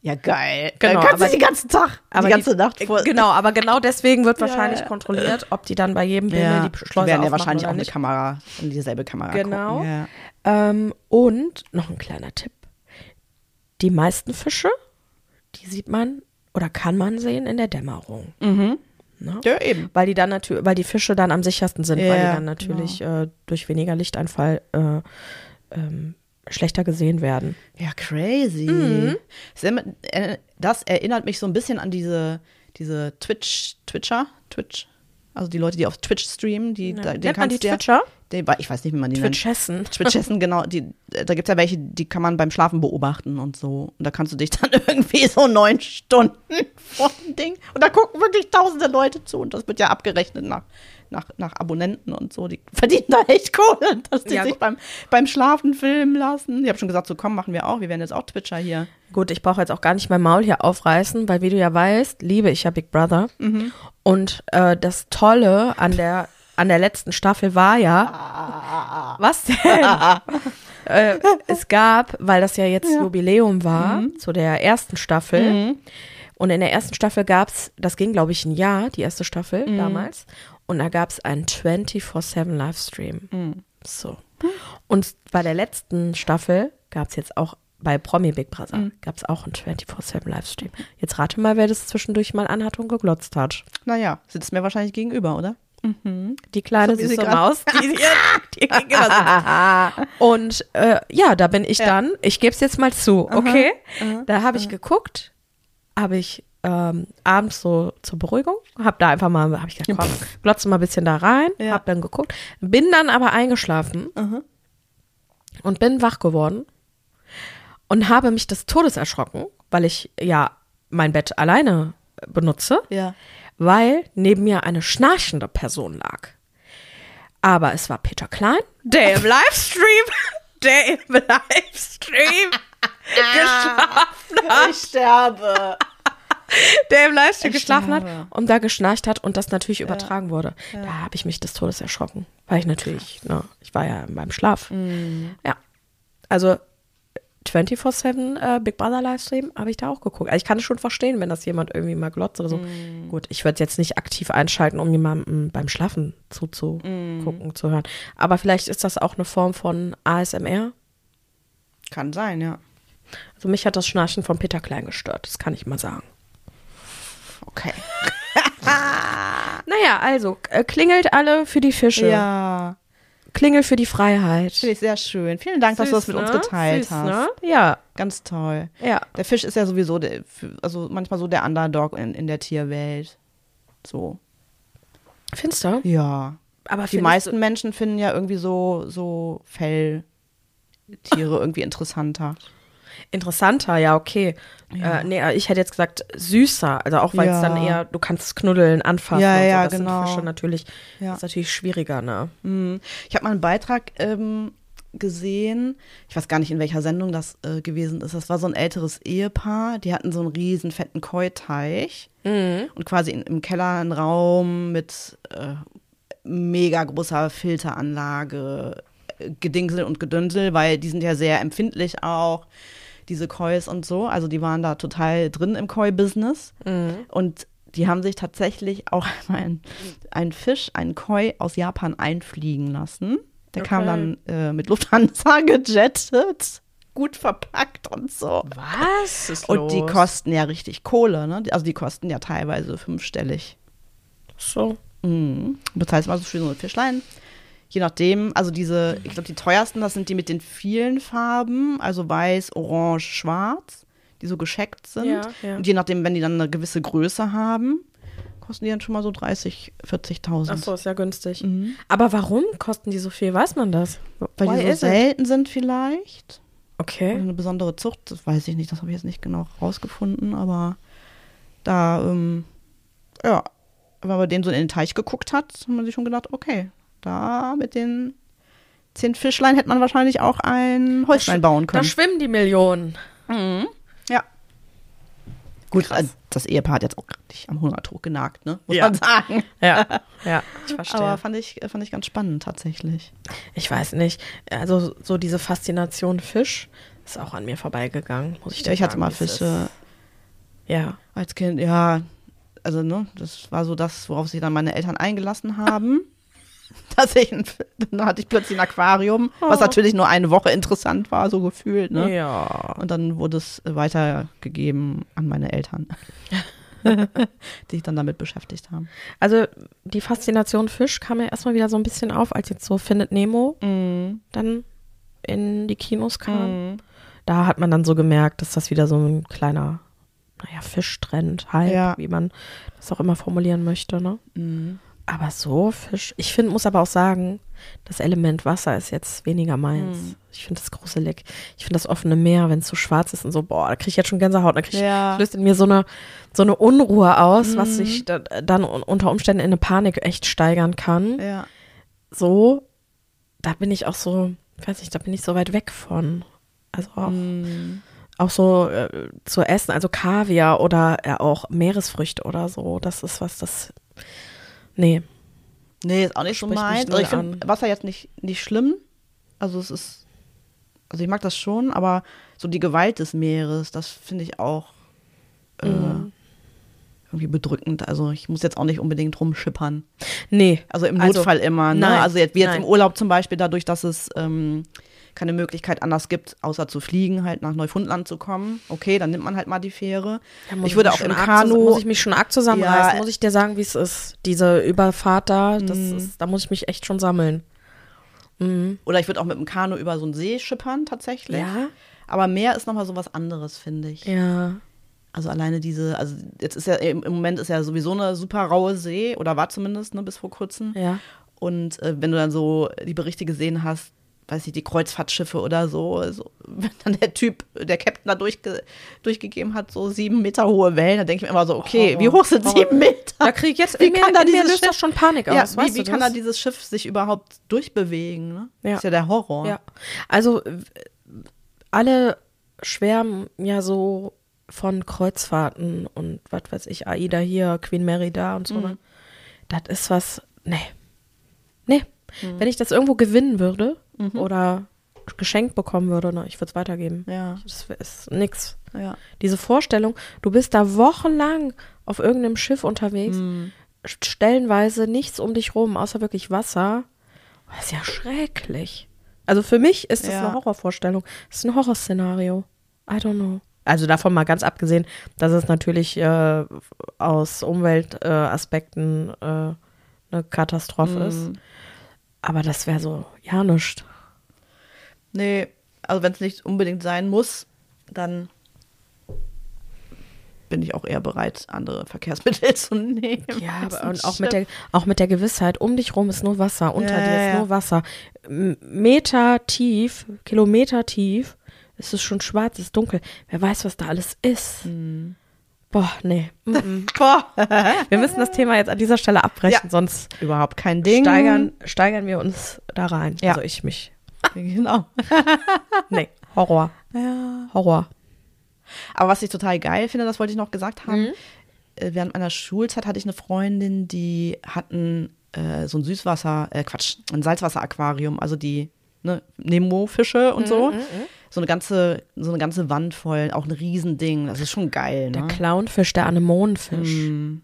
Ja, geil.
Genau,
dann kannst
aber
du den
die-
ganzen Tag,
Aber
die ganze Nacht vor.
Genau, aber genau deswegen wird
Ja,
wahrscheinlich
ja.
kontrolliert, ob die dann bei jedem Bimmel
Ja,
die
die
Schleuse
werden ja
aufmachen
wahrscheinlich
oder
auch eine
nicht.
Kamera, in dieselbe Kamera
Genau.
gucken. Ja.
Ähm, und noch ein kleiner Tipp. Die meisten Fische, die sieht man oder kann man sehen in der Dämmerung.
Mhm.
Ne?
ja, eben.
Weil die dann natürlich, weil die Fische dann am sichersten sind, weil
Ja, genau.
die dann natürlich äh, durch weniger Lichteinfall äh, ähm, schlechter gesehen werden.
Ja, crazy.
Mhm.
Ist immer- äh, Das erinnert mich so ein bisschen an diese, diese Twitch, Twitcher, Twitch. Also die Leute, die auf Twitch streamen, die, da, denen
Nennt man die
kannst du ja-
Twitcher?
die, ich weiß nicht, wie man die nennt.
Twitchessen.
Twitchessen, genau. Die, da gibt es ja welche, die kann man beim Schlafen beobachten und so. Und da kannst du dich dann irgendwie so neun Stunden vor dem Ding. Und da gucken wirklich tausende Leute zu. Und das wird ja abgerechnet nach, nach, nach Abonnenten und so. Die verdienen da echt Kohle, dass die
Ja,
sich
gut.
beim, beim Schlafen filmen lassen. Ich habe schon gesagt, so komm, machen wir auch. Wir werden jetzt auch Twitcher hier.
Gut, ich brauche jetzt auch gar nicht mein Maul hier aufreißen, weil wie du ja weißt, liebe ich ja Big Brother. Und äh, das Tolle an der, an der letzten Staffel war ja, was denn? äh, es gab, weil das ja jetzt Jubiläum war, zu der ersten Staffel. Und in der ersten Staffel gab es, das ging glaube ich ein Jahr, die erste Staffel damals. Und da gab es einen 24-7 Livestream. So. Und bei der letzten Staffel gab es jetzt auch bei Promi Big Brother gab es auch einen 24-7 Livestream. Jetzt rate mal, wer das zwischendurch mal anhat und geglotzt hat.
Naja, sitzt mir wahrscheinlich gegenüber, oder?
Die kleine
So wie sie
süße
gerade-
Maus, die, die, die gegenüber sitzt. Und äh, ja, da bin ich dann. Ich gebe es jetzt mal zu, okay? Da habe ich geguckt, habe ich ähm, abends so zur Beruhigung, habe da einfach mal, habe ich gedacht, komm, glotze mal ein bisschen da rein,
Ja.
habe dann geguckt, bin dann aber eingeschlafen und bin wach geworden und habe mich des Todes erschrocken, weil ich ja mein Bett alleine benutze
Ja.
weil neben mir eine schnarchende Person lag. Aber es war Peter Klein, der im Livestream, der im Livestream geschlafen hat,
Ich sterbe.
der im Livestream geschlafen hat
sterbe.
und da geschnarcht hat und das natürlich übertragen wurde. Da habe ich mich des Todes erschrocken, weil ich natürlich, ne, ich war ja in meinem Schlaf. Ja, also 24-7 äh, Big Brother Livestream habe ich da auch geguckt. Also ich kann es schon verstehen, wenn das jemand irgendwie mal glotzt oder so. Gut, ich würde jetzt nicht aktiv einschalten, um jemandem beim Schlafen zuzugucken, zu hören. Aber vielleicht ist das auch eine Form von ASMR.
Kann sein, ja.
Also mich hat das Schnarchen von Peter Klein gestört, das kann ich mal sagen.
Okay.
Naja, also äh, klingelt alle für die Fische.
Ja.
Klingel für die Freiheit.
Finde ich sehr schön. Vielen Dank, dass du das
Süß,
mit uns
ne?
geteilt
Süß,
hast.
Ne? Ja,
Ganz toll.
ja.
Der Fisch ist ja sowieso, der, also manchmal so der Underdog in, in der Tierwelt. So.
Findest du?
Ja.
Aber
Die
findest
meisten Menschen finden ja irgendwie so, so Felltiere irgendwie interessanter.
Interessanter, ja, okay. Äh, nee, ich hätte jetzt gesagt süßer, also auch weil es
Ja.
dann eher, du kannst es knuddeln, anfassen
Ja,
und so.
ja,
das
genau.
sind Fische natürlich,
Ja.
das ist natürlich schwieriger, ne?
Mhm. Ich habe mal einen Beitrag ähm, gesehen, ich weiß gar nicht, in welcher Sendung das äh, gewesen ist. Das war so ein älteres Ehepaar, die hatten so einen riesen fetten Keuteich
Mhm.
und quasi in, im Keller einen Raum mit äh, mega großer Filteranlage, äh, Gedingsel und Gedünsel, weil die sind ja sehr empfindlich auch, diese Kois und so. Also die waren da total drin im Koi-Business. Und die haben sich tatsächlich auch einmal einen, einen Fisch, einen Koi aus Japan einfliegen lassen. Der kam dann äh, mit Lufthansa gejettet, gut verpackt und so.
Was? Ist
Und die kosten ja richtig Kohle, ne? Also die kosten ja teilweise fünfstellig.
So.
Mhm. Du bezahlst mal so schön so ein Fischlein. Je nachdem, also diese, ich glaube, die teuersten, das sind die mit den vielen Farben, also weiß, orange, schwarz, die so gescheckt sind.
Ja, ja.
Und je nachdem, wenn die dann eine gewisse Größe haben, kosten die dann schon mal so 30, 40.000.
Ach so, ist ja günstig. Mhm.
Mhm.
Aber warum kosten die so viel? Weiß man das?
Weil
Why
die so
is it?
selten sind vielleicht. Oder
Okay.
Eine besondere Zucht, das weiß ich nicht, das habe ich jetzt nicht genau rausgefunden, aber da, ähm, ja, wenn man bei denen so in den Teich geguckt hat, hat man sich schon gedacht, okay, da mit den zehn Fischlein hätte man wahrscheinlich auch ein Häuslein bauen
Da
können.
schwimmen die Millionen. mhm.
Ja. Gut, äh, das Ehepaar hat jetzt auch nicht am Hungertuch genagt, ne? Muss
Ja.
man sagen.
Ja, ja, ich verstehe.
Aber fand ich, fand ich ganz spannend tatsächlich.
Ich weiß nicht. Also so diese Faszination Fisch ist auch an mir vorbeigegangen, muss ich dir
Ich hatte
sagen,
mal
wie es ist.
Fische
Ja.
Als Kind, ja. Also, ne, das war so das, worauf sich dann meine Eltern eingelassen haben. Dass ich ein, dann hatte ich plötzlich ein Aquarium, was natürlich nur eine Woche interessant war, so gefühlt, ne?
Ja.
Und dann wurde es weitergegeben an meine Eltern, die sich dann damit beschäftigt haben.
Also die Faszination Fisch kam ja erstmal wieder so ein bisschen auf, als jetzt so Findet Nemo Mhm. dann in die Kinos
Mhm.
kam. Da hat man dann so gemerkt, dass das wieder so ein kleiner, naja, Fischtrend, halt, Hype,
Ja. Mhm.
wie man das auch immer formulieren möchte, ne? Aber so Fisch. Ich finde, muss aber auch sagen, das Element Wasser ist jetzt weniger meins.
Hm.
Ich finde das gruselig. Ich finde das offene Meer, wenn es so schwarz ist und so, boah, da kriege ich jetzt schon Gänsehaut. Da krieg ich,
Ja.
das
Mhm.
löst in mir so eine, so eine Unruhe aus, was sich da, dann un- unter Umständen in eine Panik echt steigern kann.
Ja.
So, da bin ich auch so, ich weiß nicht, da bin ich so weit weg von. Also auch,
Mhm.
auch so äh, zu essen, also Kaviar oder äh, auch Meeresfrüchte oder so. Das ist was, das. Nee.
Nee, ist auch nicht so
Spricht mich
meins. Also
null
ich finde
an.
Wasser jetzt nicht, nicht schlimm. Also es ist, also ich mag das schon, aber so die Gewalt des Meeres, das finde ich auch äh,
Mhm.
irgendwie bedrückend. Also ich muss jetzt auch nicht unbedingt rumschippern.
Nee.
Also im
Also,
Notfall immer. Ne?
nein,
also jetzt, wie jetzt
nein.
im Urlaub zum Beispiel, dadurch, dass es ähm, keine Möglichkeit anders gibt, außer zu fliegen, halt nach Neufundland zu kommen. Okay, dann nimmt man halt mal die Fähre.
Da muss
ich würde
mich
auch
schon
im
arg zus-
Kanu.
Muss ich mich schon arg zusammenreißen,
Ja. Mhm.
muss ich dir sagen, wie es ist. Diese Überfahrt da, das ist, da muss ich mich echt schon sammeln.
oder ich würde auch mit dem Kanu über so einen See schippern tatsächlich.
Ja?
Aber Meer ist nochmal so was anderes, finde ich.
Ja.
Also alleine diese, also jetzt ist ja im im Moment ist ja sowieso eine super raue See oder war zumindest ne, bis vor kurzem.
Ja.
Und äh, wenn du dann so die Berichte gesehen hast, weiß ich, die Kreuzfahrtschiffe oder so, so wenn dann der Typ, der Captain da durchge durchgegeben hat, so sieben Meter hohe Wellen, dann denke ich mir immer so, okay, wie hoch sind sieben Meter?
Da krieg ich jetzt,
Wie
in mir,
kann da
in mir
dieses
löst das
Schiff-
schon Panik
ja,
aus,
wie,
weißt
wie
du
kann
das?
da dieses Schiff sich überhaupt durchbewegen? Ne?
Ja.
Ist ja der Horror.
Ja. Also w- alle schwärmen ja so von Kreuzfahrten und was weiß ich, Aida hier, Queen Mary da und so.
Mhm.
Ne? Das ist was, nee. Nee.
Mhm.
Wenn ich das irgendwo gewinnen würde oder geschenkt bekommen würde, ne, ich würde es weitergeben.
Ja,
Das wär- ist nix.
ja.
Diese Vorstellung, du bist da wochenlang auf irgendeinem Schiff unterwegs, st- stellenweise nichts um dich rum, außer wirklich Wasser. Das ist ja schrecklich. Also für mich ist das
Ja.
eine Horrorvorstellung. Das ist ein Horrorszenario. I don't know. Also davon mal ganz abgesehen, dass es natürlich äh, aus Umweltaspekten äh, Aspekten, äh, eine Katastrophe ist. Aber das wäre so, ja, nischt.
Nee, also wenn es nicht unbedingt sein muss, dann bin ich auch eher bereit, andere Verkehrsmittel zu nehmen.
Ja,
als
aber
ein
und auch
Schiff.
mit, der, auch mit der Gewissheit, um dich rum ist nur Wasser, unter
Ja,
dir
ja,
ist
ja.
nur Wasser. M- Meter tief, Kilometer tief, ist es schon schwarz, ist dunkel. Wer weiß, was da alles ist.
Mhm.
Boah, nee. Mm -mm.
Boah,
Wir müssen das Thema jetzt an dieser Stelle abbrechen,
Ja.
sonst
überhaupt kein Ding.
steigern, steigern wir uns da rein.
Ja.
Also ich mich.
Genau.
Nee, Horror,
Ja.
Horror.
Aber was ich total geil finde, das wollte ich noch gesagt haben.
Mhm.
äh, Während meiner Schulzeit hatte ich eine Freundin, die hatten äh, so ein Süßwasser, äh, Quatsch, ein Salzwasseraquarium, also die ne, Nemo-Fische
Mhm,
und so. So eine ganze, so eine ganze Wand voll, auch ein Riesending. Das ist schon geil.
Der
Ne?
Clownfisch, der Anemonenfisch.
Mhm.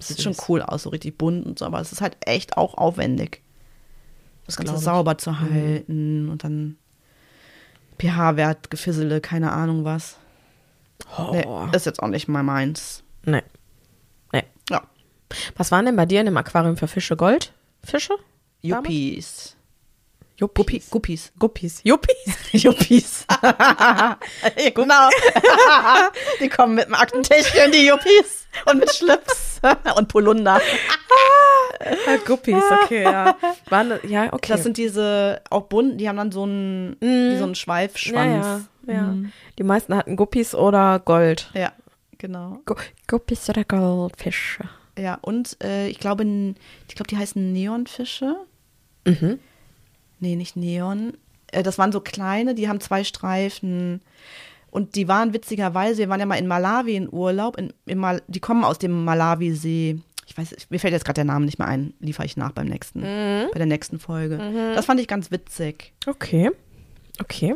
Sieht schon cool aus, so richtig bunt und so, aber es ist halt echt auch aufwendig. Das Ganze
glaub ich.
sauber zu halten und dann pH-Wert, Gefissele, keine Ahnung was. Nee,
Horror.
ist jetzt auch nicht mal meins.
Nee. Nee.
Ja.
Was waren denn bei dir in dem Aquarium für Fische? Gold? Fische?
Yuppies.
Guppies.
Guppies.
Guppies. Juppies.
Yuppies. genau. die kommen mit dem Aktentäschchen, die Yuppies. Und mit Schlips. und Polunder.
Ah, Guppies, okay, ja. Waren, ja, okay.
Das sind diese, auch bunt, die haben dann so einen, wie so einen Schweifschwanz.
ja, ja, ja. Die meisten hatten Guppies oder Gold.
Ja, genau.
Gu Guppies oder Goldfische.
Ja, und äh, ich glaube, n- ich glaube, die heißen Neonfische.
Mhm.
Nee, nicht Neon. Äh, das waren so kleine, die haben zwei Streifen. Und die waren witzigerweise, wir waren ja mal in Malawi in Urlaub. In, in Mal die kommen aus dem Malawisee. Ich weiß, mir fällt jetzt gerade der Name nicht mehr ein. Liefere ich nach beim nächsten, bei der nächsten Folge. Das fand ich ganz witzig.
Okay. Okay.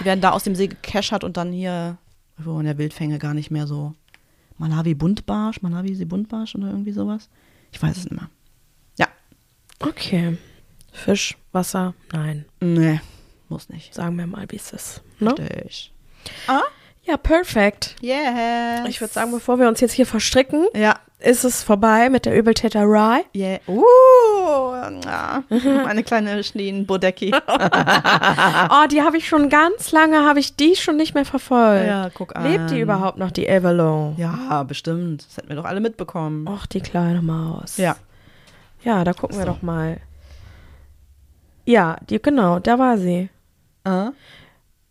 Die werden da aus dem See gekeschert und dann hier, wo man der Wildfänge gar nicht mehr so. Malawi Buntbarsch, Malawi See Buntbarsch oder irgendwie sowas. Ich weiß es nicht mehr. Ja.
Okay. Fisch, Wasser, nein.
Nee, muss nicht.
Sagen wir mal, wie es ist. Ne?
Richtig. Ah?
Ja, perfekt.
Yes.
Ich würde sagen, bevor wir uns jetzt hier verstricken,
Ja.
ist es vorbei mit der Übeltäterei.
Yeah. Uh, na, meine kleine Schneen-Bodecki.
Oh, die habe ich schon ganz lange, habe ich die schon nicht mehr verfolgt.
Ja, guck an.
Lebt die überhaupt noch, die Avalon?
Äh, Ja, bestimmt. Das hätten wir doch alle mitbekommen.
Och, die kleine Maus.
Ja.
Ja, da gucken wir doch mal. Ja, die, genau, da war sie.
Ah.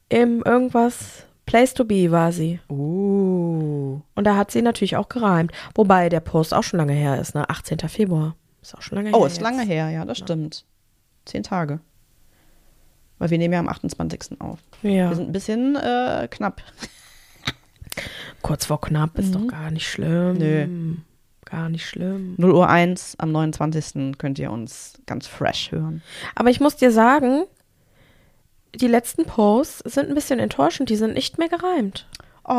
Im irgendwas Place to be war sie.
Oh. Uh.
Und da hat sie natürlich auch gereimt. Wobei der Post auch schon lange her ist, ne? 18. Februar. Ist auch schon lange her.
Oh, ist
jetzt.
lange her, ja, das stimmt. Zehn Tage. Weil wir nehmen ja am 28. auf.
Ja.
Wir sind ein bisschen äh, knapp.
Kurz vor knapp ist
Mhm.
doch gar nicht schlimm. Nö. Gar nicht schlimm.
0 Uhr 1 am 29. könnt ihr uns ganz fresh hören.
Aber ich muss dir sagen, die letzten Posts sind ein bisschen enttäuschend. Die sind nicht mehr gereimt.
Oh,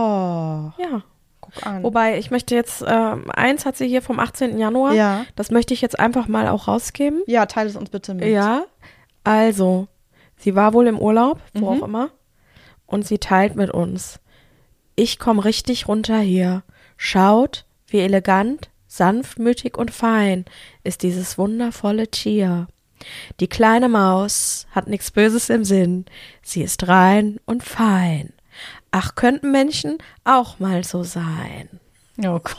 Ja.
guck an.
Wobei, ich möchte jetzt, ähm, eins hat sie hier vom 18. Januar.
Ja.
Das möchte ich jetzt einfach mal auch rausgeben.
Ja, teile es uns bitte mit.
Ja. Also, sie war wohl im Urlaub, wo auch immer. Und sie teilt mit uns. Ich komm richtig runter hier. Schaut, wie elegant, sanftmütig und fein ist dieses wundervolle Tier. Die kleine Maus hat nichts Böses im Sinn. Sie ist rein und fein. Ach, könnten Menschen auch mal so sein.
Oh Gott.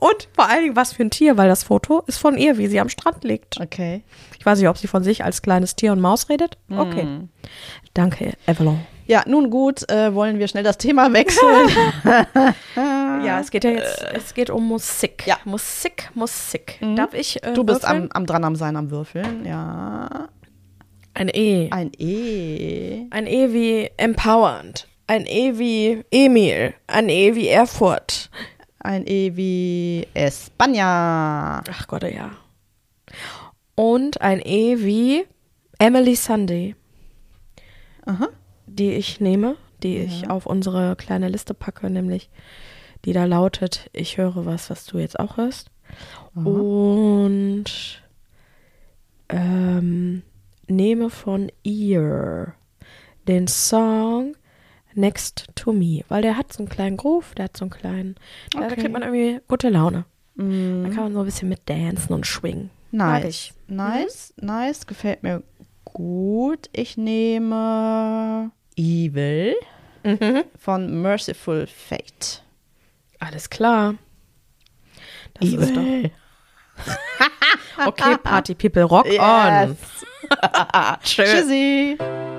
Und vor allen Dingen, was für ein Tier, weil das Foto ist von ihr, wie sie am Strand liegt.
Okay.
Ich weiß nicht, ob sie von sich als kleines Tier und Maus redet.
Mhm.
Okay. Danke, Evelyn.
Ja, nun gut, äh, wollen wir schnell das Thema wechseln.
Ja, es geht ja jetzt, es geht um Musik.
Äh. Ja. Mhm.
Musik, Musik. Darf ich? Äh,
Du bist
würfeln?
am, am dran am sein, am Würfeln. Ja.
Ein E.
Ein E.
Ein E wie empowernd. Ein E wie Emil. Ein E wie Erfurt.
Ein E wie Espanja.
Ach Gott, ja. Und ein E wie Emily Sunday. Die ich nehme, die ich auf unsere kleine Liste packe, nämlich die da lautet, ich höre was, was du jetzt auch hörst.
Oh.
Und ähm, nehme von ihr den Song Next to Me, weil der hat so einen kleinen Groove, der hat so einen kleinen, da, da
Okay. Mhm.
kriegt man irgendwie gute Laune. Da kann man so ein bisschen mit dancen und schwingen. Mag ich.
Mm, Nice. Nice, nice. Gefällt mir gut. Ich nehme Evil Mhm. von Merciful Fate.
Alles klar. Das ist doch. Okay, Party People, rock on.
Yes.
Tschüss.
Tschüssi.